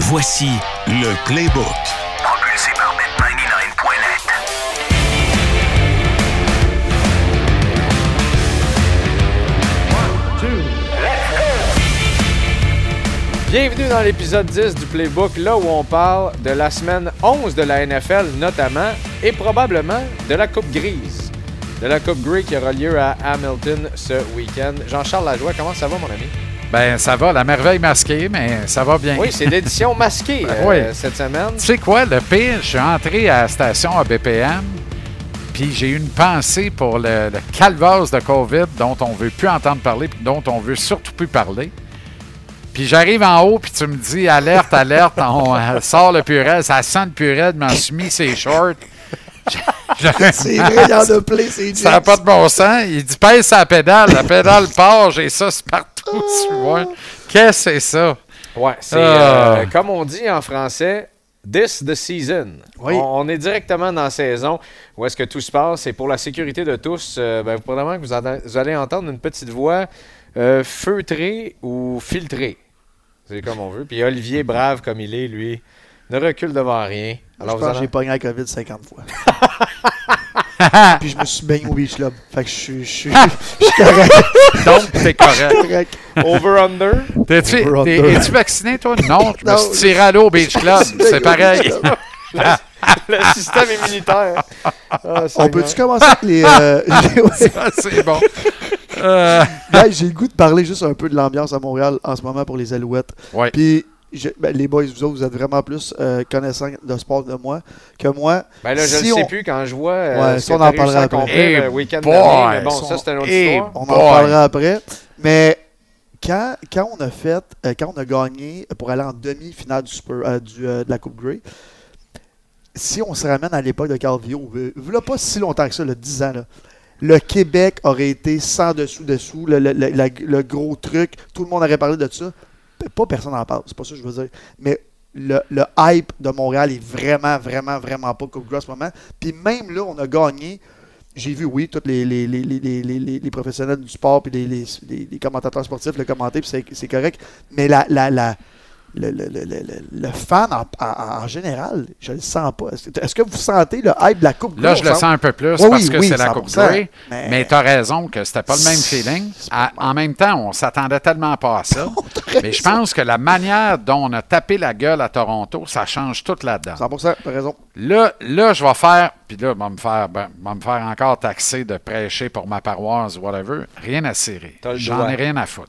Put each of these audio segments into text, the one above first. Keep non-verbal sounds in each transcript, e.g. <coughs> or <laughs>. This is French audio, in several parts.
Voici le Playbook. Propulsé par bet99.net. Bienvenue dans l'épisode 10 du Playbook, là où on parle de la semaine 11 de la NFL notamment, et probablement de la Coupe Grise. De la Coupe Grise qui aura lieu à Hamilton ce week-end. Jean-Charles Lajoie, comment ça va mon ami? Ben, ça va, la merveille masquée, mais ça va bien. Oui, c'est l'édition masquée Ben euh, oui. cette semaine. Tu sais quoi, le pire, je suis entré à la station à BPM, puis j'ai eu une pensée pour le, le calvaire de COVID dont on veut plus entendre parler, puis dont on veut surtout plus parler. Puis j'arrive en haut, puis tu me dis alerte, alerte, on euh, sort le purel, ça sent le purel, je m'en suis mis ses shorts. <laughs> C'est vrai, il y en a plein, c'est Ça n'a pas de bon sens. Il dit pèse sa pédale, la pédale part, j'ai ça c'est partout sur moi. Qu'est-ce que c'est ça? Ouais, c'est Ah. euh, comme on dit en français, this the season. Oui. On, on est directement dans la saison où est-ce que tout se passe et pour la sécurité de tous, euh, ben, probablement que vous, ade- vous allez entendre une petite voix euh, feutrée ou filtrée. C'est comme on veut. Puis Olivier, brave comme il est, lui, ne recule devant rien. Alors Alors, je vous pense que allez... j'ai pogné la COVID 50 <laughs> fois. Puis je me suis baigné au beach club. Fait que je suis, je suis, je suis correct. Donc, t'es correct. correct. Over-under. <laughs> T'es-tu, Over t'es- under. es-tu vacciné, <laughs> toi? Non, je me Non. suis tiré à l'eau au Beach Club. C'est <laughs> pareil. le système <laughs> immunitaire. Ah, On Seigneur. peut-tu commencer avec les. <laughs> euh, j'ai- ouais. Ah, C'est bon. Euh, Guys, j'ai le goût de parler juste un peu de l'ambiance à Montréal en ce moment pour les Alouettes. ouais. Puis, je- ben, les boys, vous autres, vous êtes vraiment plus euh, connaissants de sport de moi que moi. Ben là, je ne Si sais on- plus quand je vois euh, Ouais, ce ça, que on t'as en réussi à parlera après. accomplir euh, Eh le week-end boy! dernier. Mais bon, ça, Son- c'est une autre Eh histoire. On en Boy. parlera après. Mais quand, quand on a fait, euh, quand on a gagné pour aller en demi-finale du Super- euh, du, euh, de la Coupe Grey, si on se ramène à l'époque de Calvio, euh, voilà pas si longtemps que ça, le 10 ans, là, le Québec aurait été sans dessous-dessous, le, le- le- la- le gros truc, tout le monde aurait parlé de ça. P- Pas personne n'en parle, c'est pas ça que je veux dire. Mais le, le hype de Montréal est vraiment, vraiment, vraiment pas Coupe Grey en ce moment. Puis même là, on a gagné j'ai vu, oui, tous les, les, les, les, les, les- les- les professionnels du sport puis les, les, les- les commentateurs sportifs le commenter, puis c'est, c'est correct. Mais la, la, la, le, le, le, le- le- le fan en, en- en général, je le sens pas. Est-ce que, est-ce que vous sentez le hype de la Coupe Là, je Grey, on le sent- sens un peu plus Oui, parce oui, que oui, c'est la Coupe 100%, Grey. mais- Mais t'as raison que c'était pas le même feeling. C'est À- en même temps, on s'attendait tellement pas à <laughs> ça. Mais je pense que la manière dont on a tapé la gueule à Toronto, ça change tout là-dedans. 100%, t'as raison. Là, là, je vais faire, puis là, va me faire, ben, va me faire encore taxer de prêcher pour ma paroisse, whatever. Rien à cirer. T'as le J'en droit. ai rien à foutre.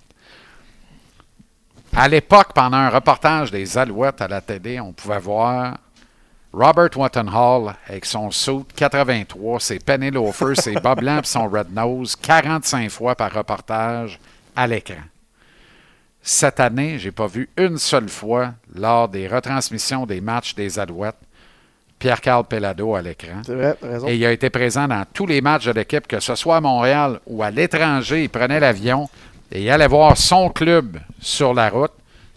À l'époque, pendant un reportage des Alouettes à la télé, on pouvait voir Robert Hall avec son saut 83, ses pennés loafers, ses bas blancs pis son red nose 45 fois par reportage à l'écran. Cette année, j'ai pas vu une seule fois lors des retransmissions des matchs des Alouettes Pierre-Carl Pellado à l'écran. C'est vrai, t'as raison. Et il a été présent dans tous les matchs de l'équipe, que ce soit à Montréal ou à l'étranger. Il prenait l'avion et il allait voir son club sur la route.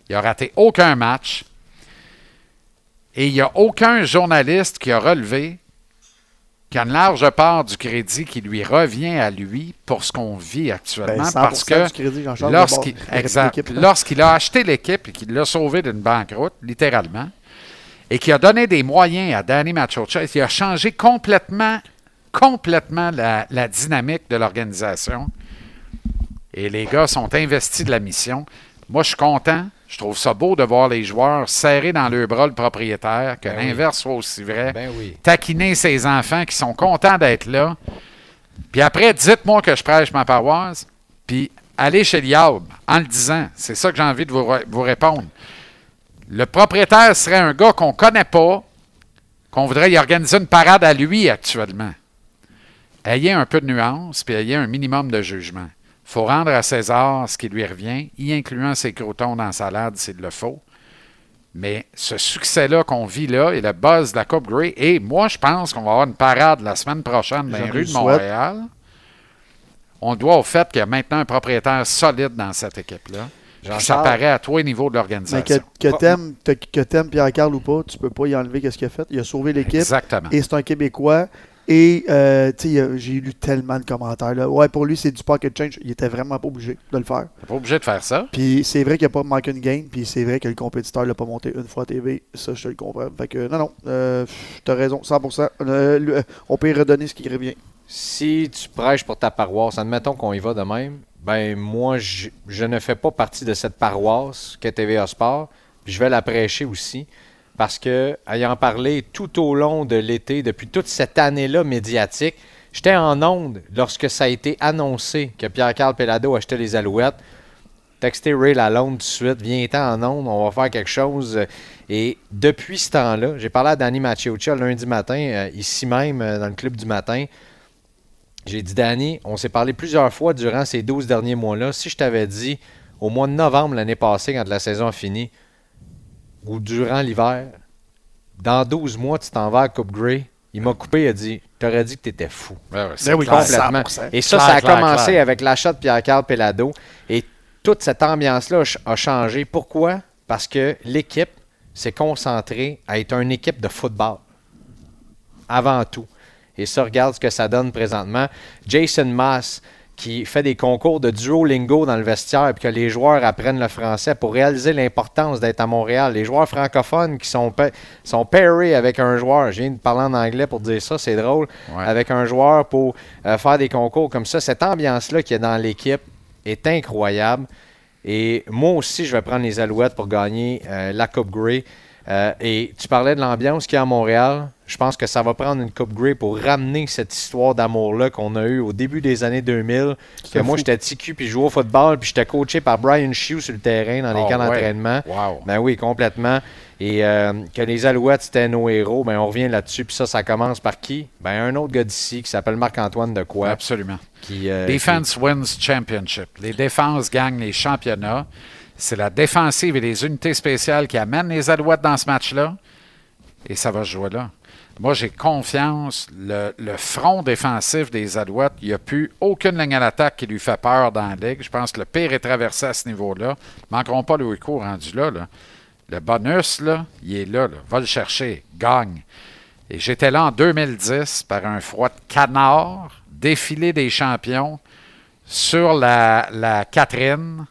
Il a raté aucun match. Et il n'y a aucun journaliste qui a relevé qu'il y a une large part du crédit qui lui revient à lui pour ce qu'on vit Ben, actuellement. 100% parce que du crédit, Jean-Charles, lorsqu'il d'abord, exact. l'équipe, là. Lorsqu'il a acheté l'équipe et qu'il l'a sauvé d'une banqueroute, littéralement, et qui a donné des moyens à Danny Machocha, il a changé complètement, complètement la, la dynamique de l'organisation. Et les gars sont investis de la mission. Moi, je suis content. Je trouve ça beau de voir les joueurs serrer dans leurs bras le propriétaire, que Ben oui. l'inverse soit aussi vrai. Ben oui. Taquiner ses enfants qui sont contents d'être là. Puis après, dites-moi que je prêche ma paroisse, puis allez chez Liab en le disant. C'est ça que j'ai envie de vous, re- vous répondre. Le propriétaire serait un gars qu'on connaît pas, qu'on voudrait y organiser une parade à lui actuellement. Ayez un peu de nuance, puis ayez un minimum de jugement. faut rendre à César ce qui lui revient, y incluant ses crotons dans la salade s'il le faut. Mais ce succès-là qu'on vit là et le buzz de la Coupe Grey, et moi, je pense qu'on va avoir une parade la semaine prochaine dans Je les le rues de souhaite. Montréal. On le doit au fait qu'il y a maintenant un propriétaire solide dans cette équipe-là. Puis Ça Jean-Charles. paraît à tous les niveaux de Mais que, l'organisation. que t'aimes, t'as- que t'aimes Pierre-Carl ou pas, tu peux pas y enlever qu'est-ce qu'il a fait. Il a sauvé l'équipe. Exactement. Et c'est Ah. un Québécois. Et euh, tu sais, euh, j'ai lu tellement de commentaires. Là. Ouais, pour lui, c'est du pocket change. Il était vraiment pas obligé de le faire. T'es pas obligé de faire ça. Puis c'est vrai qu'il n'a pas manqué une game. Puis c'est vrai que le compétiteur l'a pas monté une fois à TV. Ça, je te le comprends. Fait que non, non, euh, pff, t'as raison, 100%. Euh, le- on peut y redonner ce qui revient. Si tu prêches pour ta paroisse, admettons qu'on y va de même, ben moi, je, je ne fais pas partie de cette paroisse qu'est TVA Sport. puis Je vais la prêcher aussi. Parce que, ayant parlé tout au long de l'été, depuis toute cette année-là médiatique, j'étais en onde lorsque ça a été annoncé que Pierre-Carl Pelado achetait les Alouettes. Textez Ray Lalonde tout de suite, viens-t'en en onde, on va faire quelque chose. Et depuis ce temps-là, j'ai parlé à Danny Macchiuccia lundi matin, euh, ici même, euh, dans le club du matin. J'ai dit, Danny, on s'est parlé plusieurs fois durant ces 12 derniers mois-là. Si je t'avais dit au mois de novembre l'année passée, quand la saison a fini, ou durant l'hiver, dans 12 mois, tu t'en vas à Coupe Grey, il m'a coupé, il a dit, t'aurais dit que t'étais fou. Ben oui, Ben oui, clair. complètement. Complètement. 100%. Et ça, Clair, ça a clair, commencé clair. avec l'achat de Pierre-Carl Pelado. Et toute cette ambiance-là a ch- a changé. Pourquoi? Parce que l'équipe s'est concentrée à être une équipe de football. Avant tout. Et ça, regarde ce que ça donne présentement. Jason Mass, qui fait des concours de duolingo dans le vestiaire et que les joueurs apprennent le français pour réaliser l'importance d'être à Montréal. Les joueurs francophones qui sont, pa- sont pairés avec un joueur. Je viens de parler en anglais pour dire ça, c'est drôle Ouais. avec un joueur pour euh, faire des concours comme ça. Cette ambiance-là qui est dans l'équipe est incroyable. Et moi aussi, je vais prendre les Alouettes pour gagner euh, la Coupe Grey. Euh, et tu parlais de l'ambiance qu'il y a à Montréal. Je pense que ça va prendre une Coupe Grey pour ramener cette histoire d'amour-là qu'on a eue au début des années 2000. Que C'est moi, fou. j'étais TQ puis je jouais au football puis j'étais coaché par Brian Shue sur le terrain dans les Ah, camps ouais. d'entraînement. Wow. Ben oui, complètement. Et euh, que les Alouettes, c'était nos héros, ben on revient là-dessus. Puis ça, ça commence par qui? Ben un autre gars d'ici qui s'appelle Marc-Antoine Decoy. Absolument. Qui, euh, Defense wins championship. Les défenses gagnent les championnats. C'est la défensive et les unités spéciales qui amènent les Alouettes dans ce match-là. Et ça va se jouer là. Moi, j'ai confiance. Le, le front défensif des Alouettes, il n'y a plus aucune ligne à l'attaque qui lui fait peur dans la Ligue. Je pense que le pire est traversé à ce niveau-là. Ils manqueront pas le recours rendu là, là. Le bonus, là, il est là, là. Va le chercher. Gagne. Et j'étais là en 2010 par un froid de canard, défilé des champions sur la, la Catherine,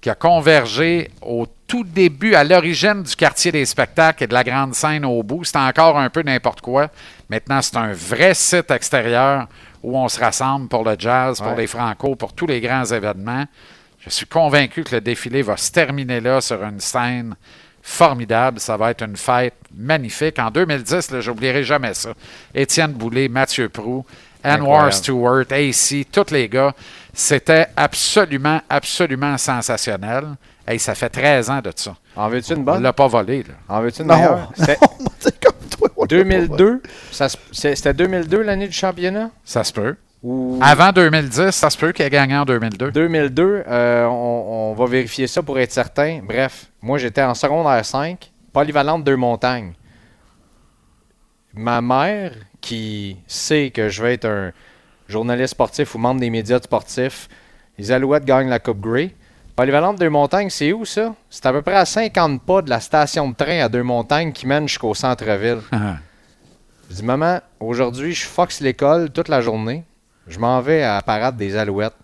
qui a convergé au tout début, à l'origine du quartier des spectacles et de la grande scène au bout. C'était encore un peu n'importe quoi. Maintenant, c'est un vrai site extérieur où on se rassemble pour le jazz, pour Ouais. les francos, pour tous les grands événements. Je suis convaincu que le défilé va se terminer là sur une scène formidable. Ça va être une fête magnifique. En 2010, là, j'oublierai jamais ça. Étienne Boulay, Mathieu Prou, Anwar Incroyable. Stewart, AC, tous les gars. C'était absolument, absolument sensationnel. Hey, ça fait 13 ans de ça. En veux-tu une On bonne? l'a pas volé. Là. En veux-tu une Non. <laughs> meilleure? C'était C'est comme toi. on l'a pas 2002? Ça se- c'est- C'était 2002 l'année du championnat? Ça se peut. Ou Avant 2010, ça se peut qu'il ait gagné en 2002. 2002, euh, on, on va vérifier ça pour être certain. Bref, moi j'étais en secondaire 5, polyvalente deux montagnes. Ma mère, qui sait que je vais être un journaliste sportif ou membre des médias sportifs, les Alouettes gagnent la Coupe Grey. Polyvalente deux montagnes, c'est où ça? C'est à peu près à 50 pas de la station de train à deux montagnes qui mène jusqu'au centre-ville. Je dis, maman, aujourd'hui, je foxe l'école toute la journée. Je m'en vais à la parade des Alouettes.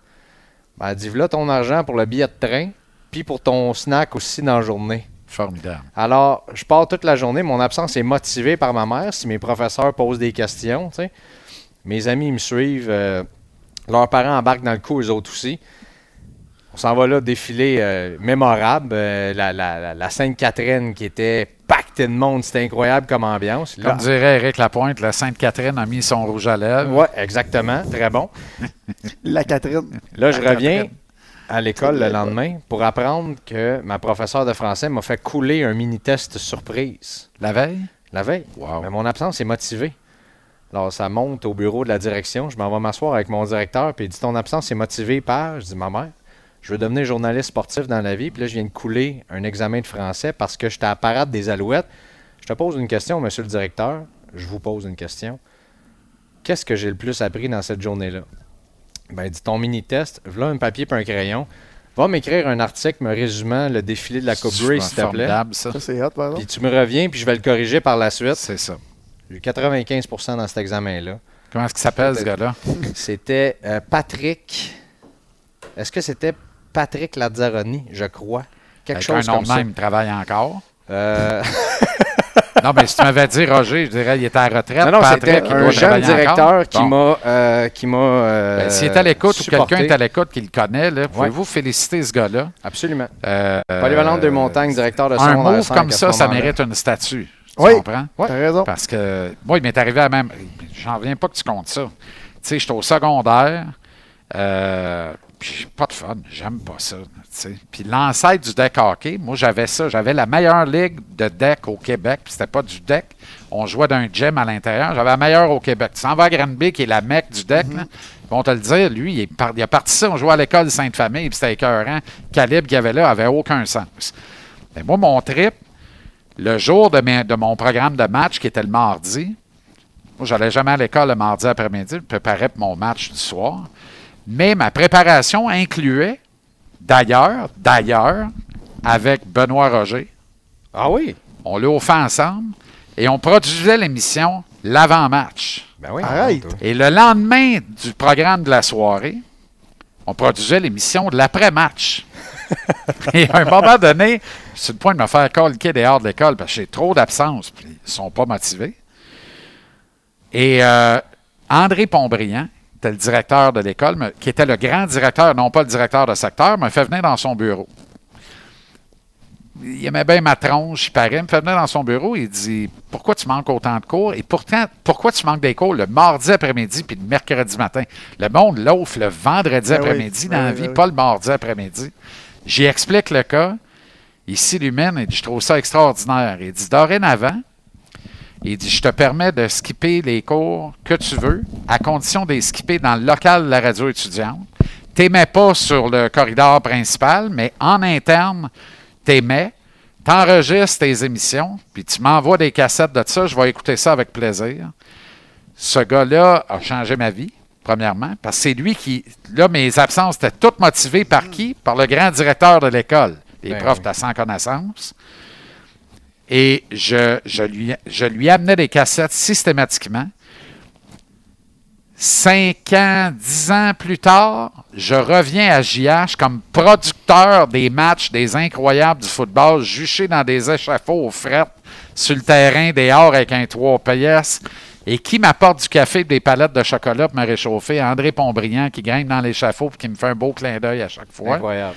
Ben, elle dit, voilà ton argent pour le billet de train, puis pour ton snack aussi dans la journée. <laughs> Formidable. Alors, je pars toute la journée. Mon absence est motivée par ma mère si mes professeurs posent des questions. tu sais. Mes amis ils me suivent. euh, leurs parents embarquent dans le coup, eux autres aussi. On s'en va là, défilé euh, mémorable. euh, la la- la- la Sainte-Catherine qui était pactée de monde. C'était incroyable comme ambiance. Là, Comme dirait Eric Lapointe, la Sainte-Catherine a mis son rouge à lèvres. Ouais, exactement. Très bon. volé. La Catherine. Là, je reviens Catherine. à l'école le lendemain pour apprendre que ma professeure de français m'a fait couler un mini-test surprise La veille? la veille. Wow. Mais mon absence est motivée. Alors, ça monte au bureau de la direction. Je m'en vais m'asseoir avec mon directeur. Puis il dit Ton absence est motivée par. Je dis Ma mère, je veux devenir journaliste sportif dans la vie. Puis là, je viens de couler un examen de français parce que j'étais à la parade des Alouettes. Je te pose une question, monsieur le directeur. Je vous pose une question. Qu'est-ce que j'ai le plus appris dans cette journée-là Ben, il dit Ton mini-test, voilà un papier puis un crayon. Va m'écrire un article me résumant le défilé de la Coupe Grey, s'il te plaît. Formidable, ça. Ça, c'est hot, par Puis exemple. tu me reviens, puis je vais le corriger par la suite. C'est ça. J'ai eu 95 dans cet examen-là. Comment est-ce qu'il s'appelle, ce gars-là? C'était euh, Patrick. Est-ce que c'était Patrick Lazzaroni, je crois? Quelque Avec chose un nom comme de ça. même, il travaille encore. Euh, Non, mais si tu m'avais dit Roger, je dirais il était à la retraite. non, non, c'était Patrick, il un doit jeune travailler directeur encore. qui Bon. m'a. euh, qui m'a. euh, Ben, S'il est à l'écoute ou supporté. quelqu'un est à l'écoute qui le connaît, là, pouvez-vous féliciter ce gars-là? Absolument. Euh, Polyvalente de euh, Montagne, directeur de Un secondaire move cinq comme à ce ça, ça moment-là. mérite une statue. Tu Oui. comprends? Ouais, t'as raison. Parce que moi, il m'est arrivé à même. J'en viens pas que tu comptes ça. Tu sais, j'étais au secondaire. euh, puis j'ai pas de fun. J'aime pas ça. tu sais. Puis l'ancêtre du deck hockey, moi, j'avais ça. J'avais la meilleure ligue de deck au Québec. Puis c'était pas du deck. On jouait d'un gym à l'intérieur. J'avais la meilleure au Québec. Tu s'en vas à Granby, qui est la mecque du deck. là. Ils vont te le dire. Lui, il, est par- il a parti ça. On jouait à l'école Sainte-Famille. Puis c'était écœurant. Le calibre qu'il y avait là avait aucun sens. Mais moi, mon trip, le jour de, mes- de mon programme de match, qui était le mardi, moi, j'allais jamais à l'école le mardi après-midi, je préparais pour mon match du soir. Mais ma préparation incluait, d'ailleurs, d'ailleurs, avec Benoît Roger, Ah oui? on l'a au fait ensemble, et on produisait l'émission l'avant-match. Ben oui. Arrête. toi. Et le lendemain du programme de la soirée, on produisait l'émission de l'après-match. Et à un moment donné, je suis sur le point de me faire colquer dehors de l'école parce que j'ai trop d'absence. Puis ils sont pas motivés. Et euh, André Pontbriand, qui était le directeur de l'école, me- qui était le grand directeur, non pas le directeur de secteur, m'a fait venir dans son bureau. Il aimait bien ma tronche, il paraît. Il me fait venir dans son bureau. Il dit Pourquoi tu manques autant de cours Et pourtant, pourquoi tu manques des cours le mardi après-midi puis le mercredi matin Le monde l'offre le vendredi Ben oui, après-midi dans ben la oui, vie, ben oui. pas le mardi après-midi. J'y explique le cas. Il s'illumine et dit, je trouve ça extraordinaire. Il dit dorénavant, il dit je te permets de skipper les cours que tu veux, à condition de les skipper dans le local de la radio étudiante. T'émets pas sur le corridor principal, mais en interne, t'émets, t'enregistres tes émissions, puis tu m'envoies des cassettes de ça, je vais écouter ça avec plaisir. Ce gars-là a changé ma vie, premièrement, parce que c'est lui qui. Là, mes absences étaient toutes motivées par qui? Par le grand directeur de l'école. Les Ben profs oui. de sans connaissance. Et je, je lui, je lui amenais des cassettes systématiquement. Cinq ans, dix ans plus tard, je reviens à JH comme producteur des matchs des incroyables du football, juché dans des échafauds aux frettes, sur le terrain, dehors avec un 3 PS. Et qui m'apporte du café et des palettes de chocolat pour me réchauffer? André Pontbriand qui gagne dans l'échafaud et qui me fait un beau clin d'œil à chaque fois. Incroyable.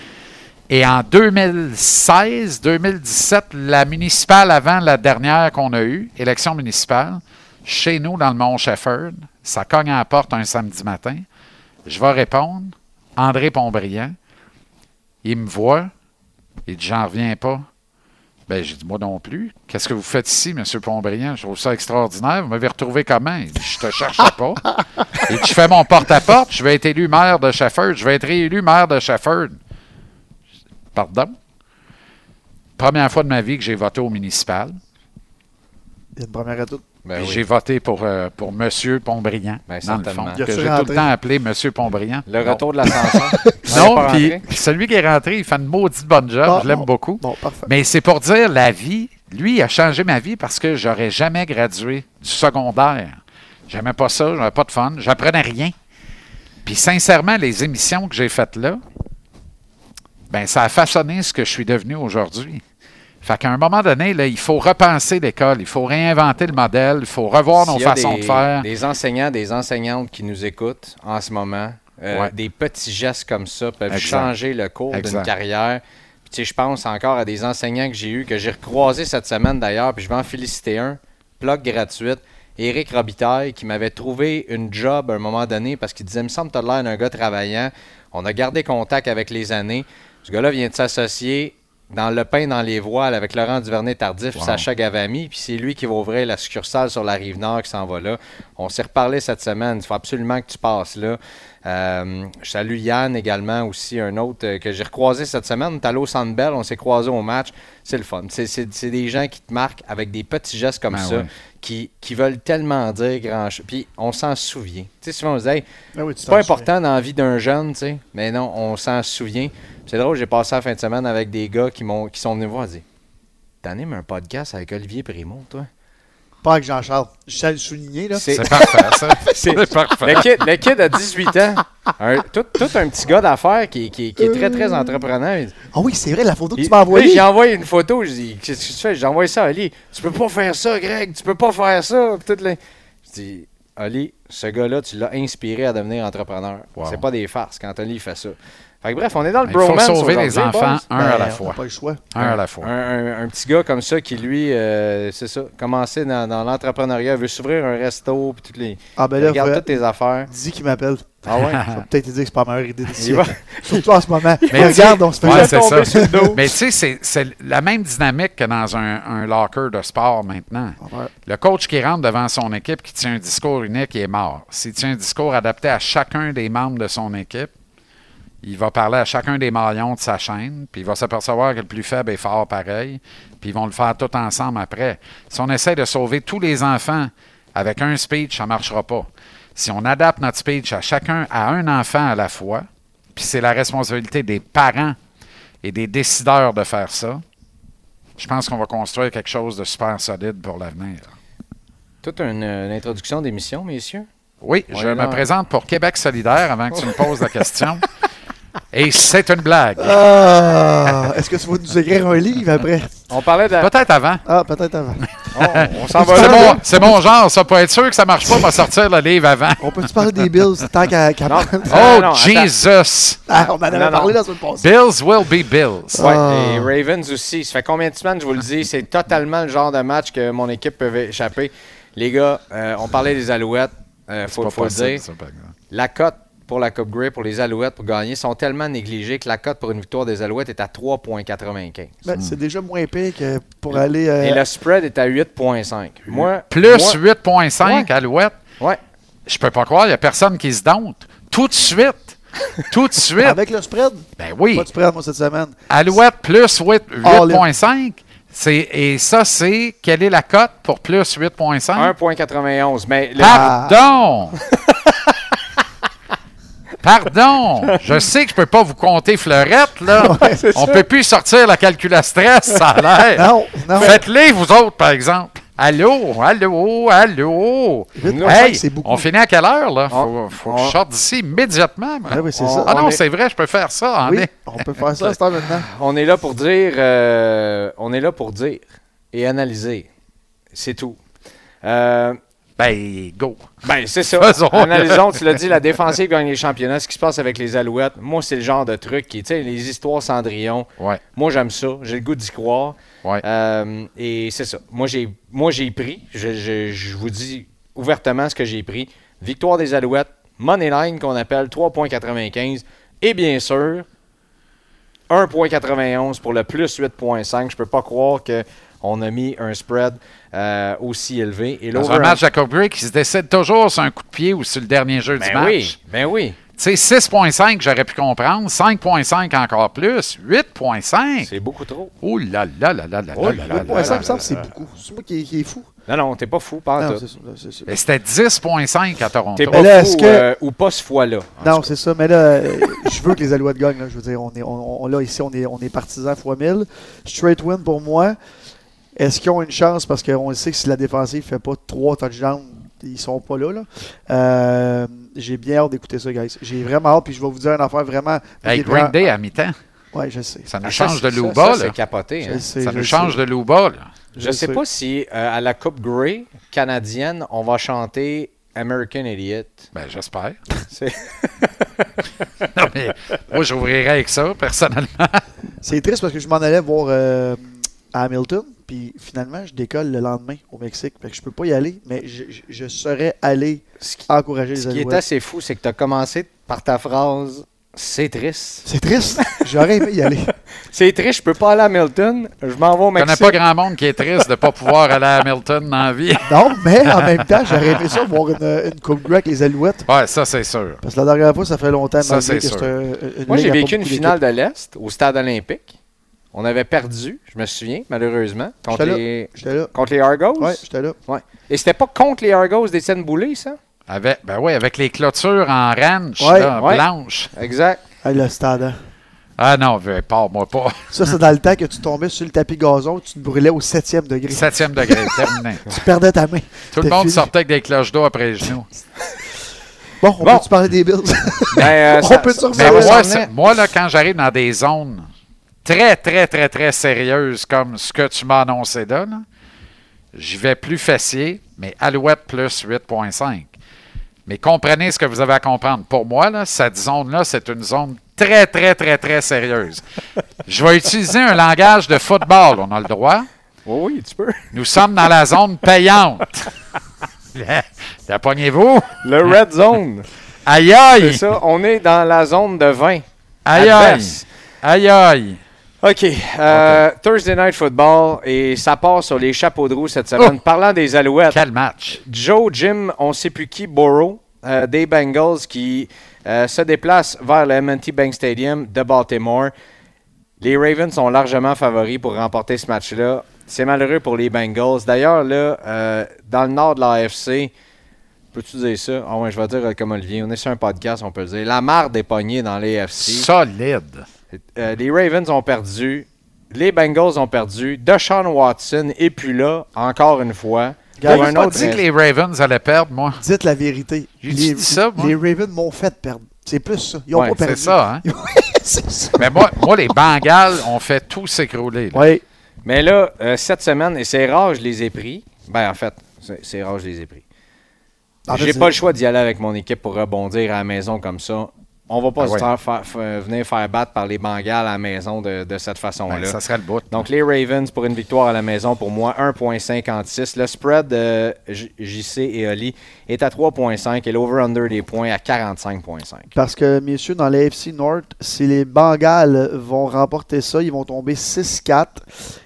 Et en 2016, 2017, la municipale avant la dernière qu'on a eue, élection municipale, chez nous dans le Mont Shefford, ça cogne à la porte un samedi matin. Je vais répondre. André Pontbriand, il me voit. Il dit J'en reviens pas. Ben, j'ai dit Moi non plus. Qu'est-ce que vous faites ici, M. Pontbriand Je trouve ça extraordinaire. Vous m'avez retrouvé comment Il dit Je te cherchais pas. Il dit Je fais mon porte-à-porte. Je vais être élu maire de Shefford. Je vais être réélu maire de Shefford. Pardon. Première fois de ma vie que j'ai voté au municipal. Il y a une première à tout. Ben Puis oui. J'ai voté pour, euh, pour M. Pontbriand, Ben, dans le fond, certainement. que Il a-tu j'ai tout rentré? le temps appelé M. Pontbriand. Le Non. retour de <laughs> l'ascenseur. Il Non, est puis pas rentré. celui qui est rentré, il fait une maudite bonne job. Ah, je l'aime bon. beaucoup. Bon, parfait. Mais c'est pour dire la vie. Lui, il a changé ma vie parce que j'aurais jamais gradué du secondaire. J'aimais pas ça, j'avais pas de fun, j'apprenais rien. Puis sincèrement, les émissions que j'ai faites là, ben ça a façonné ce que je suis devenu aujourd'hui. Fait qu'à un moment donné, là, il faut repenser l'école, il faut réinventer le modèle, il faut revoir nos S'il y a façons des, de faire. Des enseignants, des enseignantes qui nous écoutent en ce moment, euh, Ouais. des petits gestes comme ça peuvent Exact. changer le cours d'une Exact. carrière. Puis, tu sais, je pense encore à des enseignants que j'ai eus, que j'ai recroisés cette semaine d'ailleurs, puis je vais en féliciter un, plug gratuite. Éric Robitaille, qui m'avait trouvé une job à un moment donné parce qu'il disait, me semble que tu l'air d'un gars travaillant. On a gardé contact avec les années. Ce gars-là vient de s'associer dans Le Pain dans les Voiles avec Laurent Duvernay-Tardif, Wow. Sacha Gavami, puis c'est lui qui va ouvrir la succursale sur la rive nord qui s'en va là. On s'est reparlé cette semaine. Il faut absolument que tu passes là. Euh, je salue Yann également, aussi un autre euh, que j'ai recroisé cette semaine. On est allé au Sandbell, on s'est croisés au match. C'est le fun. C'est- C'est c'est des gens qui te marquent avec des petits gestes comme Ben ça oui. qui, qui veulent tellement dire grand-chose. Puis on s'en souvient. Tu sais, souvent on se dit, Hey, Ah oui, tu c'est pas t'en souviens. important dans la vie d'un jeune, tu sais. Mais non, on s'en souvient. C'est drôle, j'ai passé la fin de semaine <laughs> avec des gars qui, m'ont, qui sont venus me voir et dit T'animes un podcast avec Olivier Primo, toi Pas avec Jean-Charles. Je tiens à le souligner, là. C'est- C'est parfait, ça. <laughs> c'est- C'est parfait. Le kid, le kid a 18 ans. Un- tout, tout un petit gars d'affaires qui, qui- qui est très, très entreprenant. Il- Ah oui, c'est vrai, la photo que tu il- là, m'as J'ai envoyée. envoyé une photo. Je dis Qu'est-ce que tu fais J'ai envoyé ça à Ali. Tu peux pas faire ça, Greg. Tu peux pas faire ça. Puis tout le- Je dis Ali, ce gars-là, tu l'as inspiré à devenir entrepreneur. Wow. C'est pas des farces quand Ali fait ça. Fait que bref, on est dans le Il faut bromance. sauver les aujourd'hui, enfants boys. ben, un à la Ben, on fois. a Pas le choix. Un à la fois. Un, un- un petit gars comme ça qui, lui, euh, c'est ça, commençait dans, dans l'entrepreneuriat, veut s'ouvrir un resto, puis toutes les. Ah ben là, regarde faut- toutes tes affaires. dis qu'il m'appelle. Ah ouais? Ça va peut-être te dire que c'est pas ma meilleure idée de Il va- siècle. Surtout en ce moment. Mais regarde, on se fait Ouais, juste- c'est tomber ça. sur le dos. Mais tu sais, c'est- c'est la même dynamique que dans un, un locker de sport maintenant. Ouais. Le coach qui rentre devant son équipe, qui tient un discours unique, il est mort. S'il tient un discours adapté à chacun des membres de son équipe, il va parler à chacun des maillons de sa chaîne, puis il va s'apercevoir que le plus faible est fort pareil, puis ils vont le faire tout ensemble après. Si on essaie de sauver tous les enfants avec un speech, ça ne marchera pas. Si on adapte notre speech à chacun, à un enfant à la fois, puis c'est la responsabilité des parents et des décideurs de faire ça, je pense qu'on va construire quelque chose de super solide pour l'avenir. Toute une, euh, une introduction d'émission, messieurs. Oui, On je est me là. présente pour Québec solidaire avant que tu me poses <laughs> la question. Et c'est une blague. Ah, Est-ce que tu vas nous écrire un livre après? On parlait de la- Peut-être avant. Ah, peut-être avant. On, on s'en va C'est là. mon, c'est mon genre, ça. Pour être sûr que ça marche pas, on va sortir le livre avant. On peut-tu parler des Bills tant qu'à... qu'à- Non. Oh, Non, non, attends. Jesus! Ah, on en avait Non, non. parlé la semaine passée. Bills will be Bills. Ouais, Ah. et Ravens aussi. Ça fait combien de semaines, je vous le dis, c'est totalement le genre de match que mon équipe peut échapper. Les gars, euh, on parlait des Alouettes, euh, faut, Pas faut le possible, dire. ça, par exemple. La cote pour la Coupe Grey, pour les Alouettes, pour gagner, sont tellement négligées que la cote pour une victoire des Alouettes est à 3,95. Ben, c'est déjà moins pire que pour aller... euh, Et le spread est à 8,5. Moi, Plus moi- 8.5 Ouais. Alouette. Ouais. Je peux pas croire, il n'y a personne qui se dompte. Tout de suite! Tout <laughs> de suite! Avec le spread? Ben oui! Pas de spread, moi, cette semaine. Alouette plus huit- All in. 8.5. C'est- Et ça, c'est quelle est la cote pour plus 8.5? 1,91. Mais le- Ah! Ah. <laughs> Pardon! Pardon! Je sais que je peux pas vous compter fleurette, là. Ouais, c'est On peut plus sortir la calculatrice, ça a l'air. Non, non. Faites-les, vous autres, par exemple. Allô, allô, allô. Huit pour cinq, Hey, c'est beaucoup. on finit à quelle heure, là? Faut, On- faut que je Ah! on- sorte d'ici immédiatement. moi. Ah oui, c'est On- ça. Ah non, est- c'est vrai, je peux faire ça. en oui, est- on peut faire ça à cette heure maintenant. <laughs> on est là pour dire, euh, on est là pour dire et analyser. C'est tout. Euh, Ben, go. ben, c'est ça. Faisons-le. Analysons, tu l'as dit, la défensive gagne les championnats. Ce qui se passe avec les Alouettes, moi, c'est le genre de truc qui, tu sais, les histoires Cendrillon, Ouais, moi, j'aime ça. J'ai le goût d'y croire. ouais. Euh, et c'est ça. Moi, j'ai, moi, j'ai pris, je, je- je vous dis ouvertement ce que j'ai pris. Victoire des Alouettes, Moneyline qu'on appelle 3.95 et bien sûr 1.91 pour le plus 8.5. Je peux pas croire que on a mis un spread euh, aussi élevé. Et Dans un l'over- match à Coupe Grey qui se décide toujours sur un coup de pied ou sur le dernier jeu du ben match. oui, ben oui, Tu sais, 6.5, j'aurais pu comprendre. 5.5 encore plus. 8.5. c'est beaucoup trop. Ouh là là là là là Oh là là là là là là Ouais, là ça là. me semble que c'est beaucoup. C'est moi qui, qui est fou. Non, non, t'es pas fou, pas en Non, tout. c'est ça, c'est ça. Mais C'était 10.5 à Toronto. T'es Mais pas là, est-ce fou que- euh, ou pas ce fois-là. en Non, tout cas. c'est ça. Mais là, euh, je veux que les Alouettes gagnent. Là, je veux dire, on est, on, on- là, ici, on est, on est partisans fois 1000. Straight win pour moi. Est-ce qu'ils ont une chance? Parce qu'on le sait que si la défensive ne fait pas trois touchdowns, ils sont pas là. là. Euh, J'ai bien hâte d'écouter ça, guys. J'ai vraiment hâte. Puis je vais vous dire une affaire vraiment. Hey, des Green grands- Day à mi-temps. Ouais, je sais. Ça nous Ah, ça, change de ça, Louba, ça, là. c'est capoté. Je hein. sais, Ça je nous sais. change de Louba, là. Je sais pas si euh, à la Coupe Grey canadienne, on va chanter American Idiot. Ben, j'espère. C'est- <laughs> Non, mais moi, j'ouvrirais avec ça, personnellement. C'est triste parce que je m'en allais voir euh, à Hamilton, puis finalement, je décolle le lendemain au Mexique. Fait que je peux pas y aller, mais je, je- je serais allé Ce qui, encourager les ce qui est Alouettes. assez fou, c'est que tu as commencé par ta phrase C'est triste. C'est triste. J'aurais aimé y aller. C'est triste, je peux pas aller à Milton, je m'en vais au Je connais Mexique. pas grand monde qui est triste de pas pouvoir aller à Hamilton dans la vie. Non, mais en même temps, j'aurais aimé ça voir une, une Coupe Grey avec les Alouettes. Ouais, ça, c'est sûr. Parce que la dernière fois, ça fait longtemps Ça, malgré c'est que sûr. c'est un- une Moi, ligue j'ai à pas vécu une beaucoup finale de l'Est au stade olympique. On avait perdu, je me souviens, malheureusement, contre J'étais là. les, d'équipes. J'étais là. contre les Argos. Ouais, j'étais là. Et c'était pas contre les Argos d'Étienne Boulay, ça Avec, ben oui, avec les clôtures en ranch, Ouais, là, ouais. blanches. Exact. Ah, le stade. hein. Ah non, ben, parle-moi <laughs> pas. Ça, c'est dans le temps que tu tombais sur le tapis gazon, tu te brûlais au septième degré. Septième degré, <laughs> terminé. Tu perdais ta main. Tout le T'as monde fini. sortait avec des cloches d'eau après les genoux. Bon, on Bon. peut-tu parler des Bills? <laughs> Ben, euh, On ça- peut ça- se ça Mais revenir. va moi, s'en venir. ça- moi, là, quand j'arrive dans des zones très, très, très, très sérieuses comme ce que tu m'as annoncé là, là, j'y vais plus fessier, mais Alouette plus 8.5. Mais comprenez ce que vous avez à comprendre. Pour moi, là, cette zone-là, c'est une zone très, très, très, très sérieuse. Je vais utiliser un langage de football. On a le droit. Oui, oui, tu peux. Nous sommes dans la zone payante. <laughs> La, la pognez-vous? Le red zone. Aïe C'est aïe! ça. On est dans la zone de 20. Aïe aïe! adverse. Aïe aïe! OK. euh, Thursday Night Football et ça part sur les chapeaux de roue cette semaine. Parlant des Alouettes, Quel match! Joe, Jim, on sait plus qui, Burrow, euh, des Bengals qui euh, se déplacent vers le MNT Bank Stadium de Baltimore. Les Ravens sont largement favoris pour remporter ce match-là. C'est malheureux pour les Bengals. D'ailleurs, là, euh, dans le nord de la AFC, peux-tu dire ça? Ah ouais, je vais dire euh, comme Olivier, on est sur un podcast, on peut le dire. La marde est pognée dans l'AFC. Solide! Euh, les Ravens ont perdu. Les Bengals ont perdu. Deshaun Watson et puis là, encore une fois. Gars, pour j'ai un pas autre dit que raison. les Ravens allaient perdre, moi. <laughs> Dites la vérité. J'ai dit ça, moi. les Ravens m'ont fait perdre. C'est plus ça. Ils n'ont Ouais, pas perdu. C'est ça, hein? <laughs> c'est ça. Mais moi, moi, les Bengals ont fait tout s'écrouler. là. Oui. Mais là, euh, cette semaine, et c'est rare, je les ai pris. Ben, en fait, c'est c'est rare, je les ai pris. Ah, En fait, J'ai c'est- pas le choix d'y aller avec mon équipe pour rebondir à la maison comme ça. On va pas Ah se ouais. faire, faire- faire- venir faire battre par les Bengals à la maison de, de cette Ben, façon-là. ça serait le bout. Donc, les Ravens pour une victoire à la maison, pour moi, 1,56. Le spread de J- JC et Oli est à 3,5 et l'over-under des points à 45,5. Parce que, messieurs, dans l'AFC North, si les Bengals vont remporter ça, ils vont tomber 6-4.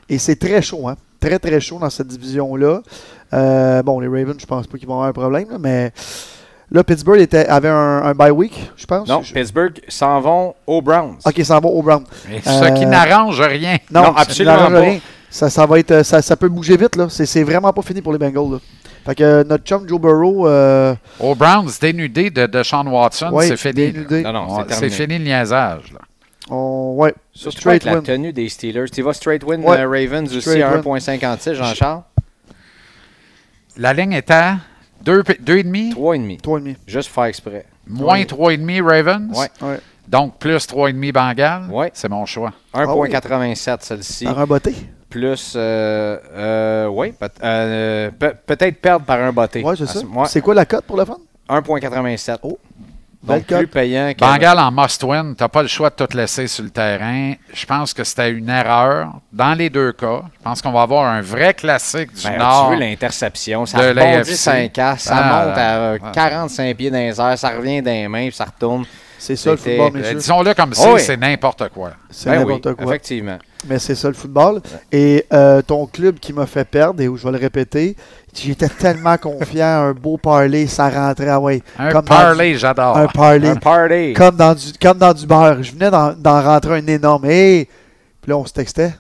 Et c'est très chaud, hein? Très, très chaud dans cette division-là. Euh, bon, les Ravens, je pense pas qu'ils vont avoir un problème, là, mais là, Pittsburgh était, avait un, un bye week, je pense. Non, Je- Pittsburgh s'en vont aux Browns. Ok, ça va au Brown. Mais Euh, Ce qui n'arrange rien. Non, Non, ça absolument n'arrange pas. rien. Ça, ça va être, euh, ça, ça peut bouger vite, là. C'est, c'est vraiment pas fini pour les Bengals, là. Fait que euh, notre chum Joe Burrow, euh, Aux Browns, dénudés de Deshaun Watson, ouais, c'est fini. là. dénudé. Ah Non, non, Ouais, c'est C'est terminé. fini le niaisage. là. On- ouais, Surtout avec straight la win. tenue des Steelers. Tu vas straight win Ouais. euh, Ravens aussi Straight à win. 1,56, Jean-Charles. La ligne est à 2,5, 3,5. Trois et demi. Juste pour faire exprès. moins 3,5 Ravens, Ouais. Ouais. donc plus 3,5 Bengals. Ouais. C'est mon choix. Ah 1,87 celle-ci. Par un botté. Plus. Euh, euh, oui, peut- euh, peut- peut-être perdre par un botté. Ouais, c'est À ça. ce- ouais, C'est quoi la cote pour le fun? 1,87. Oh. Belle Donc plus cote. payant que. Bengals en must-win, tu n'as pas le choix de tout laisser sur le terrain. Je pense que c'était une erreur dans les deux cas. Je pense qu'on va avoir un vrai classique du Ben, Nord. Euh, tu veux l'interception, ça de rebondit l'AFC. 5 ans, ça Ah, monte à euh, ah. 45 pieds dans les airs, ça revient dans les mains, puis ça retourne. C'est ça le C'était- football, Euh, messieurs. Disons-le comme ça, Oh oui. c'est n'importe quoi. C'est Ben oui, n'importe quoi. effectivement. Mais c'est ça le football. Et euh, ton club qui m'a fait perdre, et où je vais le répéter, j'étais tellement <laughs> confiant, un beau parler, ça rentrait. ah ouais, Un Comme parlay, j'adore. Ah, un parler. Un party. Comme dans, du, comme dans du beurre. Je venais d'en- d'en rentrer un énorme. Hey! Puis là, on se textait.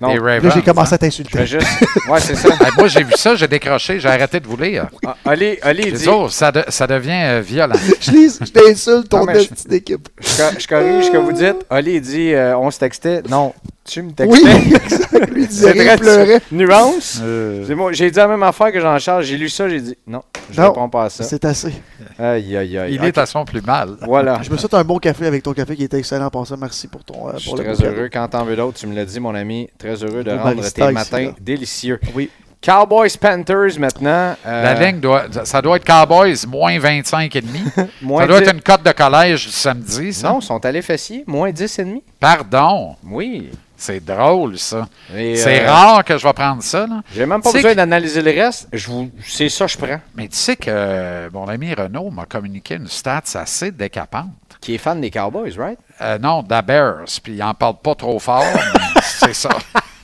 Non, Les Puis là, j'ai Ravens, commencé hein. à Je vais t'insulter. <laughs> juste. Ouais, c'est ça. Hey, moi, j'ai vu ça, j'ai décroché, j'ai arrêté de vous lire. Ah, Oli, Oli Les dit. autres, ça, de- ça devient euh, <laughs> violent. Je, les- je t'insulte, ton Non, mais je- petite équipe. Je, co- je corrige ce que vous dites. Oli dit euh, on se textait. Non, tu me Oui, <laughs> textais. exact. Lui, il disait C'est rien, vrai, il pleurait. tu- Nuance. Euh, C'est moi, J'ai dit la même affaire que j'en charge. J'ai lu ça, j'ai dit non, je Non. réponds pas à ça. C'est assez. Aïe, aïe, aïe. Il Ben, Ok, Euh. est à son plus mal. Voilà. Je me souhaite un bon café avec ton café qui était excellent pour ça. Merci pour ton. euh, Ah. Je suis pour le très beau heureux. Quand t'en veux d'autres, tu me l'as dit, mon ami. Très heureux de Le rendre barista tes ici, matins là. délicieux. cadeau. Oui. Cowboys Panthers maintenant. euh, La ligne, doit, ça doit être Cowboys, moins 25,5. moins ça doit 10 être une cote de collège du samedi, ça. Non, ils sont allés fessier. Moins 10,5. Pardon, Oui. c'est drôle, ça. Et, C'est euh, rare que je vais prendre ça, là. J'ai même pas C'est besoin que- d'analyser le reste. Je vous... C'est ça, que je prends. Mais tu sais que euh, mon ami Renaud m'a communiqué une stats assez décapante. Qui est fan des Cowboys, right? Euh, non, de la Bears, puis il n'en parle pas trop fort, mais <laughs> c'est ça.